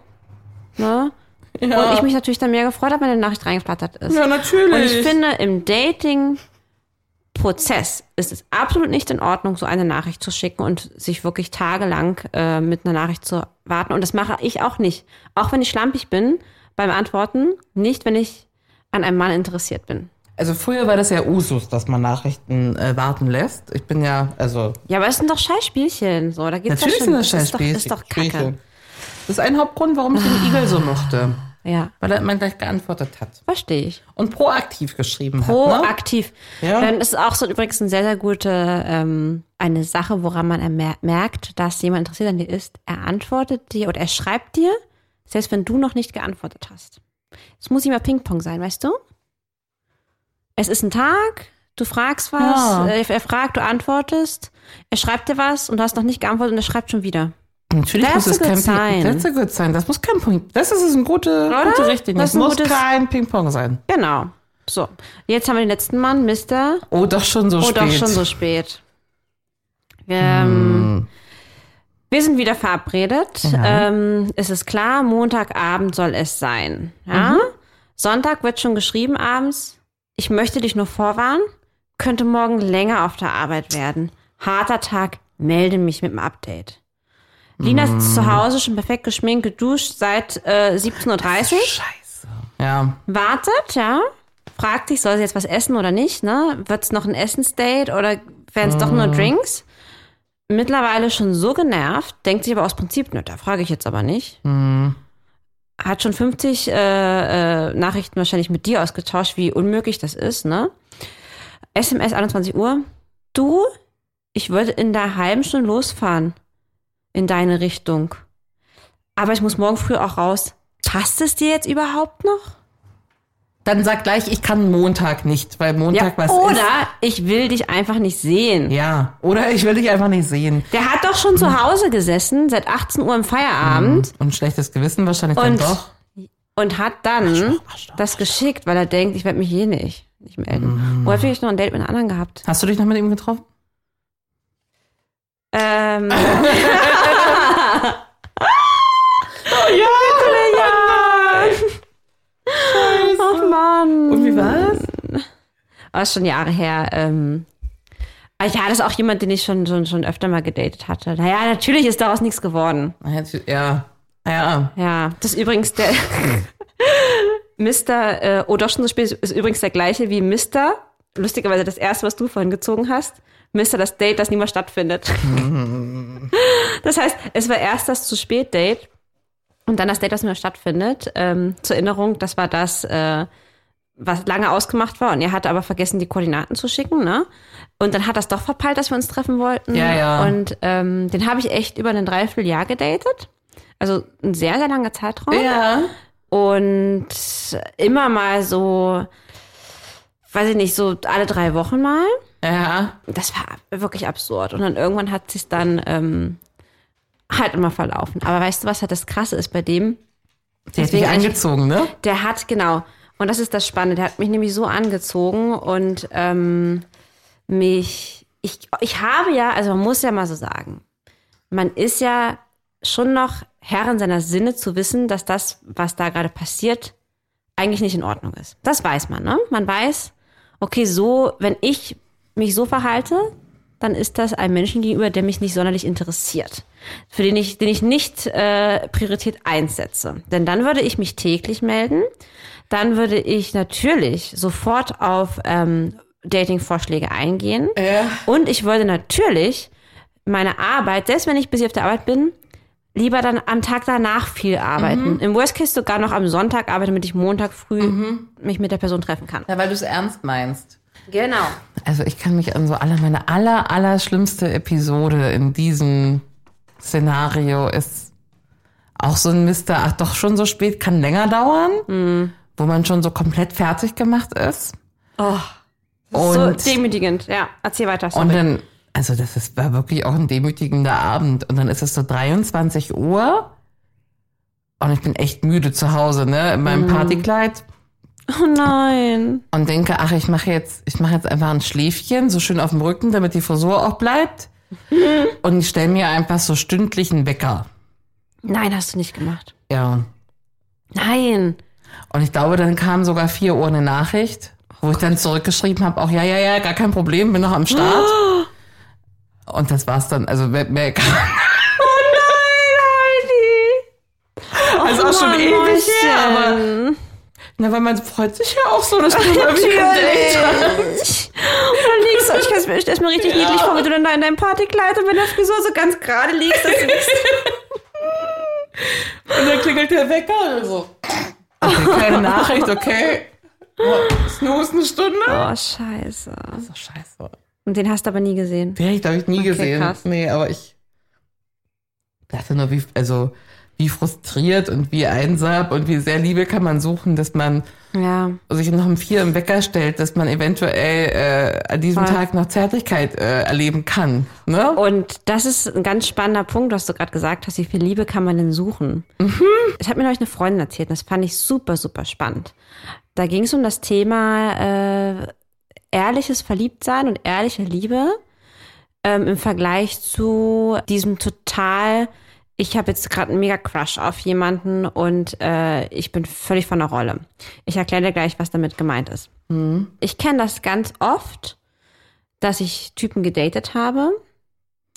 A: Ne? Und ich mich natürlich dann mehr gefreut habe, wenn eine Nachricht reingeflattert ist.
B: Ja, natürlich.
A: Und ich finde, im Dating-Prozess ist es absolut nicht in Ordnung, so eine Nachricht zu schicken und sich wirklich tagelang äh, mit einer Nachricht zu warten. Und das mache ich auch nicht. Auch wenn ich schlampig bin beim Antworten, nicht, wenn ich an einem Mann interessiert bin.
B: Also früher war das ja Usus, dass man Nachrichten äh, warten lässt. Ich bin ja, also
A: Ja, aber es sind doch Scheißspielchen. So, da geht's
B: natürlich
A: ja
B: sind
A: schon.
B: das Scheißspiele.
A: Ist doch, ist doch kacke.
B: Das ist ein Hauptgrund, warum ich den Igel so mochte.
A: Ja,
B: Weil er immer gleich geantwortet hat.
A: verstehe ich.
B: Und proaktiv geschrieben hat. Ne?
A: Proaktiv.
B: Ja.
A: Dann ist auch so übrigens eine sehr, sehr gute ähm, eine Sache, woran man ermer- merkt, dass jemand interessiert an dir ist. Er antwortet dir oder er schreibt dir, selbst wenn du noch nicht geantwortet hast. Es muss nicht mal Ping-Pong sein, weißt du? Es ist ein Tag, du fragst was,
B: Ja.
A: äh, er fragt, du antwortest, er schreibt dir was und du hast noch nicht geantwortet und er schreibt schon wieder.
B: Natürlich
A: That's
B: muss es
A: a
B: kein
A: good sign.
B: Ping-Pong That's a good sign. Das muss kein Ping-Pong Das ist eine gute,
A: Oder?
B: gute Richtung.
A: Das
B: Das
A: ist ein
B: muss
A: gutes-
B: kein Ping-Pong sein.
A: Genau. So, jetzt haben wir den letzten Mann, Mr.
B: Oh, doch schon so
A: Oh,
B: spät.
A: doch schon so spät. Ähm, Wir sind wieder verabredet. Ähm, es ist klar, Montagabend soll es sein. Ja? Sonntag wird schon geschrieben abends. Ich möchte dich nur vorwarnen, könnte morgen länger auf der Arbeit werden. Harter Tag, melde mich mit dem Update. Lina sitzt zu Hause, schon perfekt geschminkt, geduscht seit äh, 17.30 Uhr
B: Ja.
A: wartet, ja, fragt sich, soll sie jetzt was essen oder nicht, ne? Wird es noch ein Essensdate oder werden es doch nur Drinks? Mittlerweile schon so genervt, denkt sich aber aus Prinzip, nö, da frage ich jetzt aber nicht. Hat schon 50 äh, äh, Nachrichten wahrscheinlich mit dir ausgetauscht, wie unmöglich das ist, ne? SMS 21 Uhr. Du, ich würde in der halben Stunde losfahren. In deine Richtung. Aber ich muss morgen früh auch raus. Passt es dir jetzt überhaupt noch?
B: Dann sag gleich, ich kann Montag nicht, weil Montag was
A: oder
B: ist.
A: ich will dich einfach nicht sehen.
B: Ja. Oder ich will dich einfach nicht sehen.
A: Der hat doch schon zu Hause gesessen, seit 18 Uhr im Feierabend
B: Und schlechtes Gewissen wahrscheinlich dann
A: und,
B: doch. Mhm.
A: und hat dann das geschickt, weil er denkt, ich werde mich eh nicht, nicht
B: Mhm.
A: melden. Oder hätte ich noch ein Date mit einer anderen gehabt?
B: Hast du dich noch mit ihm getroffen?
A: Ähm,
B: Oh Ja!
A: oh Mann.
B: Und wie war's?
A: Aber ist schon Jahre her. Ähm, aber ja, das ist auch jemand, den ich schon, schon, schon öfter mal gedatet hatte. Naja, natürlich ist daraus nichts geworden.
B: Ja. Ja.
A: Ja, das ist übrigens der Mr. Äh, oh, doch schon so spät ist übrigens der gleiche wie Mr. Lustigerweise das erste, was du vorhin gezogen hast. Mr. Das Date, das niemals stattfindet. das heißt, es war erst das zu spät Date und dann das Date, das niemals stattfindet. Ähm, zur Erinnerung, das war das, äh, was lange ausgemacht war und er hatte aber vergessen, die Koordinaten zu schicken, ne? Und dann hat das doch verpeilt, dass wir uns treffen wollten.
B: Ja, ja.
A: Und ähm, den habe ich echt über ein Dreivierteljahr gedatet. Also ein sehr, sehr langer Zeitraum.
B: Ja.
A: Und immer mal so, weiß ich nicht, so alle drei Wochen mal.
B: Ja.
A: Das war wirklich absurd. Und dann irgendwann hat sich dann ähm, halt immer verlaufen. Aber weißt du, was halt das Krasse ist bei dem?
B: Der hat dich angezogen, ne?
A: Der hat, genau. Und das ist das Spannende. Der hat mich nämlich so angezogen und ähm, mich. Ich, ich habe ja, also man muss ja mal so sagen, man ist ja schon noch Herrin seiner Sinne zu wissen, dass das, was da gerade passiert, eigentlich nicht in Ordnung ist. Das weiß man, ne? Man weiß, okay, so, wenn ich mich so verhalte, dann ist das einem Menschen gegenüber, der mich nicht sonderlich interessiert, für den ich, den ich nicht äh, Priorität einsetze. Denn dann würde ich mich täglich melden, dann würde ich natürlich sofort auf ähm, Dating-Vorschläge eingehen und ich würde natürlich meine Arbeit, selbst wenn ich busy auf der Arbeit bin, lieber dann am Tag danach viel arbeiten. Im Worst Case sogar noch am Sonntag arbeiten, damit ich Montag früh mich mit der Person treffen kann.
B: Ja, weil du es ernst meinst.
A: Genau.
B: Also ich kann mich an so alle, meine aller, aller schlimmste Episode in diesem Szenario ist auch so ein Mister, ach doch schon so spät, kann länger dauern, wo man schon so komplett fertig gemacht ist.
A: so
B: Und,
A: demütigend. Ja, erzähl weiter. Sorry.
B: und dann, also das ist, war wirklich auch ein demütigender Abend. Und dann ist es so 23 Uhr und ich bin echt müde zu Hause, ne, in meinem Partykleid.
A: oh nein.
B: und denke, ach, ich mache jetzt, ich mache jetzt einfach ein Schläfchen, so schön auf dem Rücken, damit die Frisur auch bleibt. und ich stelle mir einfach so stündlich einen Wecker.
A: Nein, hast du nicht gemacht.
B: Ja.
A: Nein.
B: Und ich glaube, dann kam sogar vier Uhr eine Nachricht, wo ich dann zurückgeschrieben habe, auch ja, ja, ja, gar kein Problem, bin noch am Start. und das war's dann, also mehr, mehr kam. Also
A: Oh
B: auch schon ewig her, aber. Na, weil man freut sich ja auch so, dass man mal wieder entdeckt hat.
A: Natürlich. Und dann liegst du, ich kann es mir erstmal richtig niedlich vor, wie du dann da in deinem Partykleid und mit der Frisur so ganz gerade liegst. Das
B: Und dann klingelt der Wecker oder so. Okay, keine Nachricht, okay. Oh, Snooze eine Stunde.
A: oh, scheiße.
B: So scheiße.
A: Und den hast du aber nie gesehen.
B: Den habe ich, glaube ich, nie gesehen.
A: krass.
B: Nee, aber ich dachte nur, wie, also, wie frustriert und wie einsam und wie sehr Liebe kann man suchen, dass man
A: Ja.
B: sich noch um vier im Wecker stellt, dass man eventuell äh, an diesem
A: Voll.
B: Tag noch Zärtlichkeit äh, erleben kann. Ne?
A: Und das ist ein ganz spannender Punkt, was du gerade gesagt hast. Wie viel Liebe kann man denn suchen? Das hat mir neulich eine Freundin erzählt und das fand ich super, super spannend. Da ging es um das Thema äh, ehrliches Verliebtsein und ehrliche Liebe ähm, im Vergleich zu diesem total, ich habe jetzt gerade einen mega Crush auf jemanden und äh, ich bin völlig von der Rolle. Ich erkläre dir gleich, was damit gemeint ist. Ich kenne das ganz oft, dass ich Typen gedatet habe.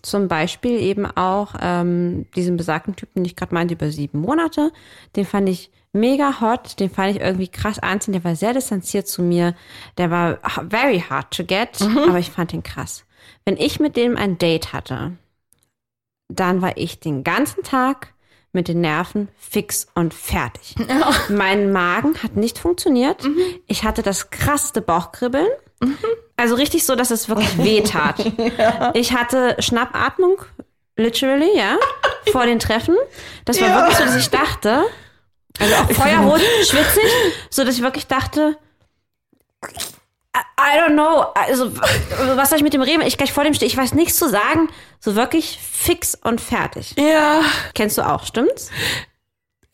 A: Zum Beispiel eben auch ähm, diesen besagten Typen, den ich gerade meinte, über sieben Monate. Den fand ich mega hot, den fand ich irgendwie krass anziehend, der war sehr distanziert zu mir, der war h- very hard to get, aber ich fand den krass. Wenn ich mit dem ein Date hatte, dann war ich den ganzen Tag mit den Nerven fix und fertig. Mein Magen hat nicht funktioniert. Ich hatte das krasseste Bauchkribbeln. Also richtig so, dass es wirklich weh tat. Ich hatte Schnappatmung, literally, ja, vor den Treffen. Das war wirklich so, dass ich dachte, also auch feuerrot, schwitzig, so dass ich wirklich dachte, I I don't know, also w- was soll ich mit dem Reden? Ich gleich vor dem stehe, ich weiß nichts zu sagen. So wirklich fix und fertig.
B: Ja,
A: Kennst du auch, stimmt's?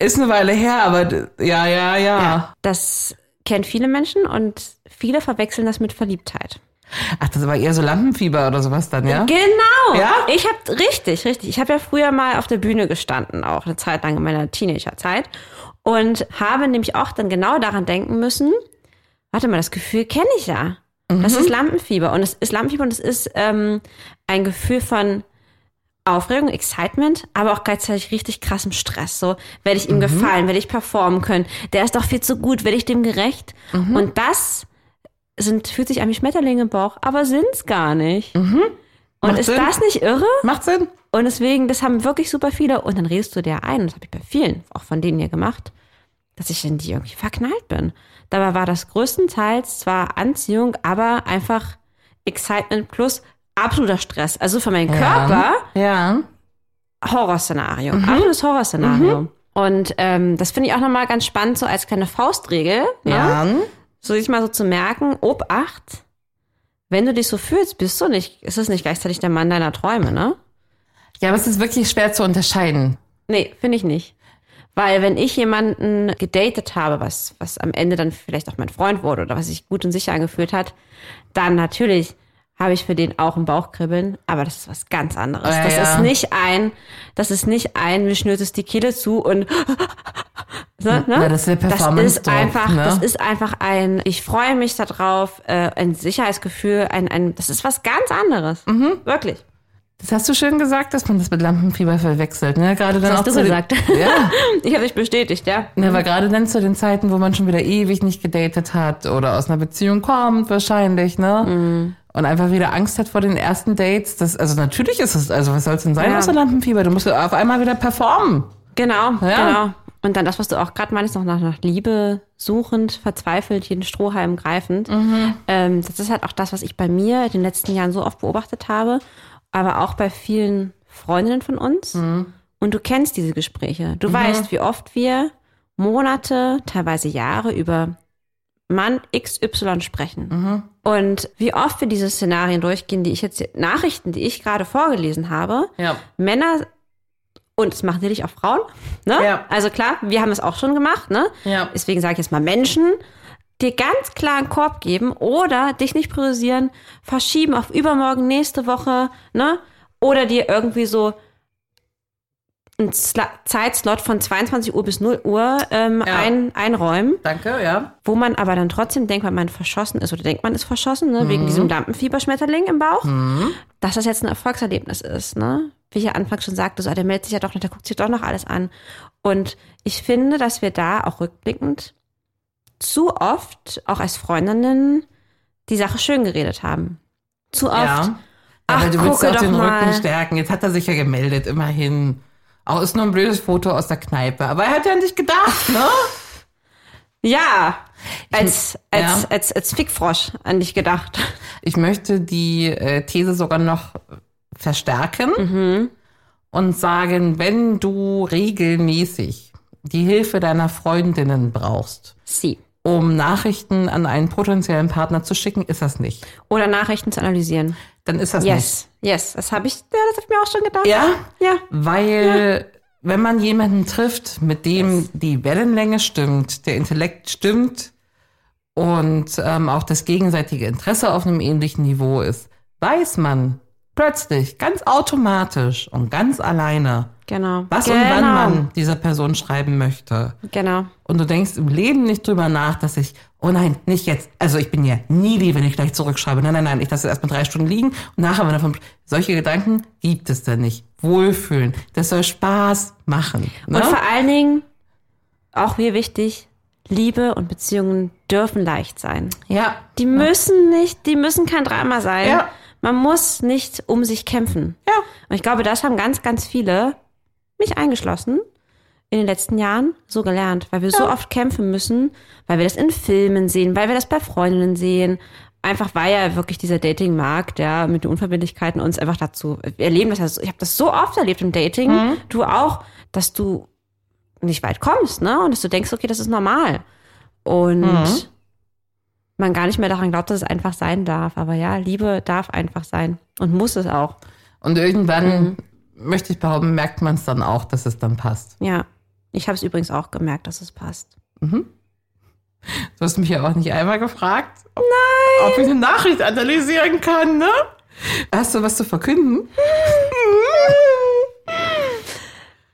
B: ist eine Weile her, aber d- ja, ja, ja.
A: Das kennen viele Menschen und viele verwechseln das mit Verliebtheit.
B: Ach, das war eher so Lampenfieber oder sowas dann, ja?
A: Genau.
B: Ja?
A: Ich habe richtig, richtig. Ich habe ja früher mal auf der Bühne gestanden, auch eine Zeit lang in meiner Teenagerzeit und habe nämlich auch dann genau daran denken müssen. Warte mal, das Gefühl kenne ich ja. Das
B: Mhm.
A: ist Lampenfieber und es ist Lampenfieber und es ist ähm, ein Gefühl von Aufregung, Excitement, aber auch gleichzeitig richtig krassem Stress. So, werde ich ihm
B: Mhm.
A: gefallen, werde ich performen können. Der ist doch viel zu gut, werde ich dem gerecht.
B: Mhm.
A: Und das sind, fühlt sich an wie Schmetterlinge im Bauch, aber sind's gar nicht. Und
B: Mhm. Macht
A: ist
B: Sinn.
A: das nicht irre?
B: Macht Sinn?
A: Und deswegen, das haben wirklich super viele. Und dann redest du dir ein, und das habe ich bei vielen, auch von denen hier gemacht, dass ich in die irgendwie verknallt bin. Dabei war das größtenteils zwar Anziehung, aber einfach Excitement plus absoluter Stress. Also für meinen Körper
B: Ja.
A: Horrorszenario. Absolutes Horrorszenario. Und ähm, das finde ich auch nochmal ganz spannend, so als kleine Faustregel. Ne?
B: Ja.
A: so sich mal so zu merken, Obacht, wenn du dich so fühlst, bist du nicht, ist es nicht gleichzeitig der Mann deiner Träume, ne?
B: Ja, aber es ist wirklich schwer zu unterscheiden.
A: Nee, finde ich nicht. Weil wenn ich jemanden gedatet habe, was, was am Ende dann vielleicht auch mein Freund wurde oder was sich gut und sicher angefühlt hat, dann natürlich habe ich für den auch ein Bauchkribbeln, aber das ist was ganz anderes.
B: Ja,
A: das
B: ja.
A: ist nicht ein, das ist nicht ein, mir schnürt es die Kehle zu und so, ne?
B: Ja, das ist der
A: das ist
B: Performance-Druck,
A: einfach,
B: ne?
A: das ist einfach ein, ich freue mich darauf, äh, ein Sicherheitsgefühl, ein, ein, das ist was ganz anderes.
B: Mhm.
A: Wirklich.
B: Das hast du schön gesagt, dass man das mit Lampenfieber verwechselt, ne? Gerade dann
A: Das
B: auch
A: hast du
B: zu den-
A: gesagt.
B: Ja.
A: Ich habe dich bestätigt, ja.
B: Ne, aber gerade dann zu den Zeiten, wo man schon wieder ewig nicht gedatet hat oder aus einer Beziehung kommt wahrscheinlich, ne?
A: Mhm.
B: Und einfach wieder Angst hat vor den ersten Dates. Das, also natürlich ist es, also was soll's denn sein
A: Ja.
B: außer Lampenfieber? Du musst ja auf einmal wieder performen.
A: Genau,
B: Ja.
A: genau. Und dann das, was du auch gerade meinst, noch nach, nach Liebe suchend, verzweifelt, jeden Strohhalm greifend. Ähm, das ist halt auch das, was ich bei mir in den letzten Jahren so oft beobachtet habe, aber auch bei vielen Freundinnen von uns. Und du kennst diese Gespräche. Du weißt, wie oft wir Monate, teilweise Jahre über Mann XY sprechen. Und wie oft wir diese Szenarien durchgehen, die ich jetzt, Nachrichten, die ich gerade vorgelesen habe,
B: Ja.
A: Männer und es machen natürlich auch Frauen. Ne?
B: Ja.
A: Also klar, wir haben es auch schon gemacht. Ne?
B: Ja.
A: Deswegen sage ich jetzt mal Menschen, dir ganz klar einen Korb geben oder dich nicht priorisieren, verschieben auf übermorgen, nächste Woche. Ne? Oder dir irgendwie so einen Sla Zeitslot von 22 Uhr bis 0 Uhr ähm,
B: Ja.
A: ein, einräumen
B: Danke, ja.
A: wo man aber dann trotzdem denkt, weil man verschossen ist oder denkt, man ist verschossen, ne,
B: Mhm.
A: wegen diesem Lampenfieberschmetterling im Bauch, dass das jetzt ein Erfolgserlebnis ist, ne? Wie ich ja anfangs schon sagte, so, ah, der meldet sich ja doch noch, der guckt sich doch noch alles an. Und ich finde, dass wir da auch rückblickend zu oft, auch als Freundinnen, die Sache schön geredet haben. Zu oft.
B: Ja.
A: Ach,
B: aber du willst
A: gucke
B: ja auch den
A: doch mal.
B: Rücken stärken. Jetzt hat er sich ja gemeldet, immerhin. Auch ist nur ein blödes Foto aus der Kneipe. Aber er hat ja an dich gedacht, ne?
A: Ja. Als, als,
B: ja.
A: als, als Fickfrosch an dich gedacht.
B: Ich möchte die äh, These sogar noch verstärken und sagen, wenn du regelmäßig die Hilfe deiner Freundinnen brauchst,
A: Sie.
B: um Nachrichten an einen potenziellen Partner zu schicken, ist das nicht.
A: Oder Nachrichten zu analysieren.
B: Dann ist das nicht.
A: Yes, yes. Das habe ich, ja, das habe ich mir auch schon gedacht.
B: Ja?
A: Ja.
B: Weil wenn man jemanden trifft, mit dem die Wellenlänge stimmt, der Intellekt stimmt und ähm, auch das gegenseitige Interesse auf einem ähnlichen Niveau ist, weiß man plötzlich ganz automatisch und ganz alleine,
A: Genau.
B: was
A: genau.
B: und wann man dieser Person schreiben möchte.
A: Genau.
B: Und du denkst im Leben nicht drüber nach, dass ich, oh nein, nicht jetzt. Also ich bin ja nie die, wenn ich gleich zurückschreibe. Nein, nein, nein, ich lasse das erstmal drei Stunden liegen und nachher wenn davon. Solche Gedanken gibt es da nicht. Wohlfühlen. Das soll Spaß machen. Ne?
A: Und vor allen Dingen, auch hier wichtig, Liebe und Beziehungen dürfen leicht sein.
B: Ja.
A: Die müssen nicht, die müssen kein Drama sein.
B: Ja.
A: Man muss nicht um sich kämpfen.
B: Ja.
A: Und ich glaube, das haben ganz, ganz viele, mich eingeschlossen, in den letzten Jahren so gelernt, weil wir so oft kämpfen müssen, weil wir das in Filmen sehen, weil wir das bei Freundinnen sehen. Einfach weil ja wirklich dieser Dating-Markt, ja, mit den Unverbindlichkeiten uns einfach dazu wir erleben. Das ich habe das so oft erlebt im Dating,
B: Mhm.
A: du auch, dass du nicht weit kommst, ne? Und dass du denkst, okay, das ist normal. Und
B: Mhm.
A: man gar nicht mehr daran glaubt, dass es einfach sein darf. Aber ja, Liebe darf einfach sein und muss es auch.
B: Und irgendwann,
A: Mhm.
B: möchte ich behaupten, merkt man es dann auch, dass es dann passt.
A: Ja. Ich habe es übrigens auch gemerkt, dass es passt.
B: Du hast mich ja auch nicht einmal gefragt, ob, ob ich eine Nachricht analysieren kann, ne? Hast du was zu verkünden?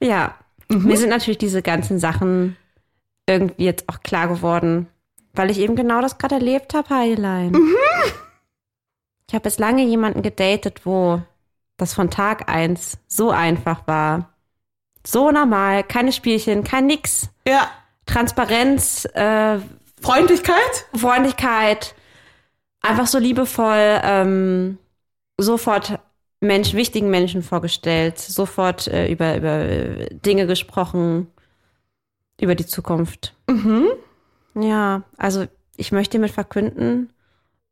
A: Ja. Mir sind natürlich diese ganzen Sachen irgendwie jetzt auch klar geworden, weil ich eben genau das gerade erlebt habe, Heilein. Ich habe jetzt lange jemanden gedatet, wo das von Tag eins so einfach war. So normal, keine Spielchen, kein Nix.
B: Ja.
A: Transparenz, äh,
B: Freundlichkeit?
A: Freundlichkeit, einfach so liebevoll, ähm, sofort Mensch, wichtigen Menschen vorgestellt, sofort äh, über, über äh, Dinge gesprochen, über die Zukunft. Mhm. Ja, also ich möchte hiermit verkünden,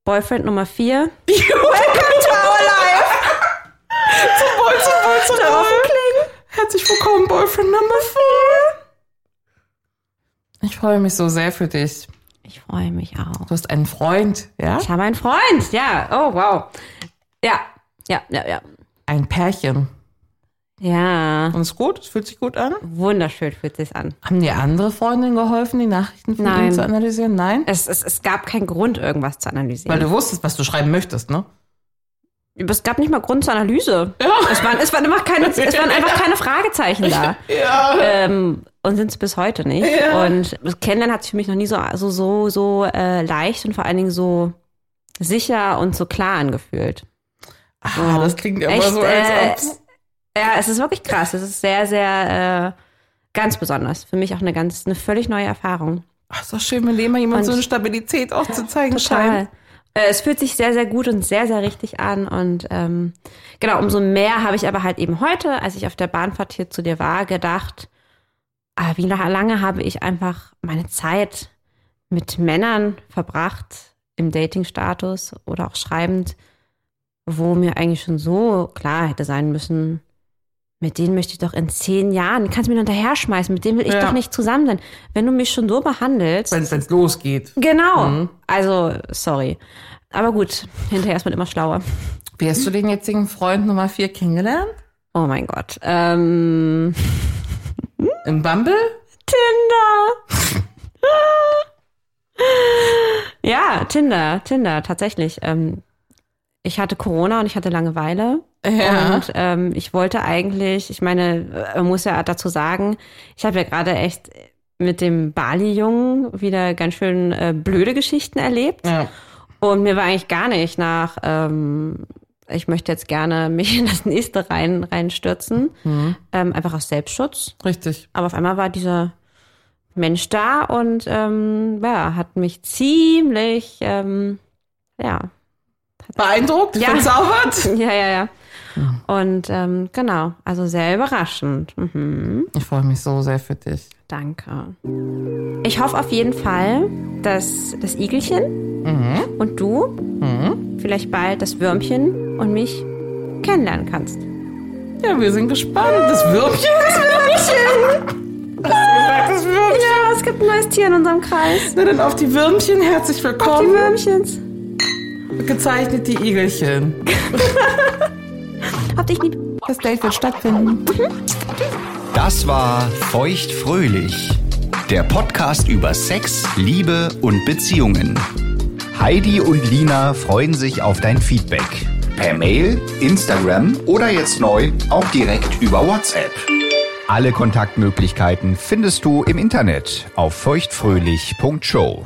A: Boyfriend Nummer 4.
B: Herzlich willkommen, Boyfriend Number 4. Ich freue mich so sehr für dich.
A: Ich freue mich auch.
B: Du hast einen Freund, ja?
A: Ich habe einen Freund, ja, oh wow. Ja, ja, ja, ja.
B: Ein Pärchen.
A: Ja,
B: Und ist gut? Es fühlt sich gut an?
A: wunderschön fühlt sich an.
B: Haben dir andere Freundinnen geholfen, die Nachrichten von
A: Nein. Äh.
B: ihm zu analysieren? Nein?
A: Es, es, es gab keinen Grund, irgendwas zu analysieren.
B: Weil du wusstest, was du schreiben möchtest, ne?
A: Es gab nicht mal Grund zur Analyse. Es, waren, es, waren immer keine, es waren einfach keine Fragezeichen da. Ähm, und sind es bis heute nicht. Und das Kennenlernen hat sich für mich noch nie so, so, so, so äh, leicht und vor allen Dingen so sicher und so klar angefühlt.
B: Ah, das klingt ja
A: Echt,
B: immer so, als ob.
A: äh, ja, es ist wirklich krass. Es ist sehr, sehr äh, ganz besonders. Für mich auch eine ganz, eine völlig neue Erfahrung.
B: Ach, ist doch schön, wenn Lema jemand
A: Und-
B: so eine Stabilität auch zu zeigen scheint.
A: Äh, Es fühlt sich sehr, sehr gut und sehr, sehr richtig an. Und ähm, genau, umso mehr habe ich aber halt eben heute, als ich auf der Bahnfahrt hier zu dir war, gedacht, ah, wie nach- lange habe ich einfach meine Zeit mit Männern verbracht im Dating-Status oder auch schreibend, wo mir eigentlich schon so klar hätte sein müssen, mit denen möchte ich doch in zehn Jahren, kannst du mir hinterher schmeißen, mit dem will ich
B: Ja.
A: doch nicht zusammen sein. Wenn du mich schon so behandelst,
B: Wenn es losgeht.
A: Genau. Also, sorry. Aber gut, hinterher ist man immer schlauer.
B: Wie hast du den jetzigen Freund Nummer 4 kennengelernt?
A: Oh mein Gott. Ähm,
B: Im Bumble?
A: Tinder. ja, Tinder, Tinder, tatsächlich. Ähm, ich hatte Corona und ich hatte Langeweile.
B: Ja.
A: Und ähm, ich wollte eigentlich, ich meine, man muss ja dazu sagen, ich habe ja gerade echt mit dem Bali-Jungen wieder ganz schön äh, blöde Geschichten erlebt.
B: Ja.
A: Und mir war eigentlich gar nicht nach, ähm, ich möchte jetzt gerne mich in das nächste rein, reinstürzen. Ähm, einfach aus Selbstschutz.
B: Richtig.
A: Aber auf einmal war dieser Mensch da und ähm, ja, hat mich ziemlich, ähm, ja,
B: Beeindruckt?
A: Ja.
B: Verzaubert?
A: ja, ja, ja. Und ähm, genau, also sehr überraschend. Mhm.
B: Ich freue mich so sehr für dich.
A: Danke. Ich hoffe auf jeden Fall, dass das Igelchen
B: Mhm.
A: und du vielleicht bald das Würmchen und mich kennenlernen kannst.
B: Ja, wir sind gespannt. Das Würmchen. Das Würmchen. Das Würmchen.
A: Ja, es gibt ein neues Tier in unserem Kreis.
B: Na dann auf die Würmchen. Herzlich
A: Die
B: willkommen.
A: Würmchens.
B: Gezeichnet die Igelchen.
A: Hab dich lieb.
B: Das Date wird stattfinden.
C: Das war Feuchtfröhlich, der Podcast über Sex, Liebe und Beziehungen. Heidi und Lina freuen sich auf dein Feedback. Per Mail, Instagram oder jetzt neu auch direkt über WhatsApp. Alle Kontaktmöglichkeiten findest du im Internet auf feuchtfröhlich.show.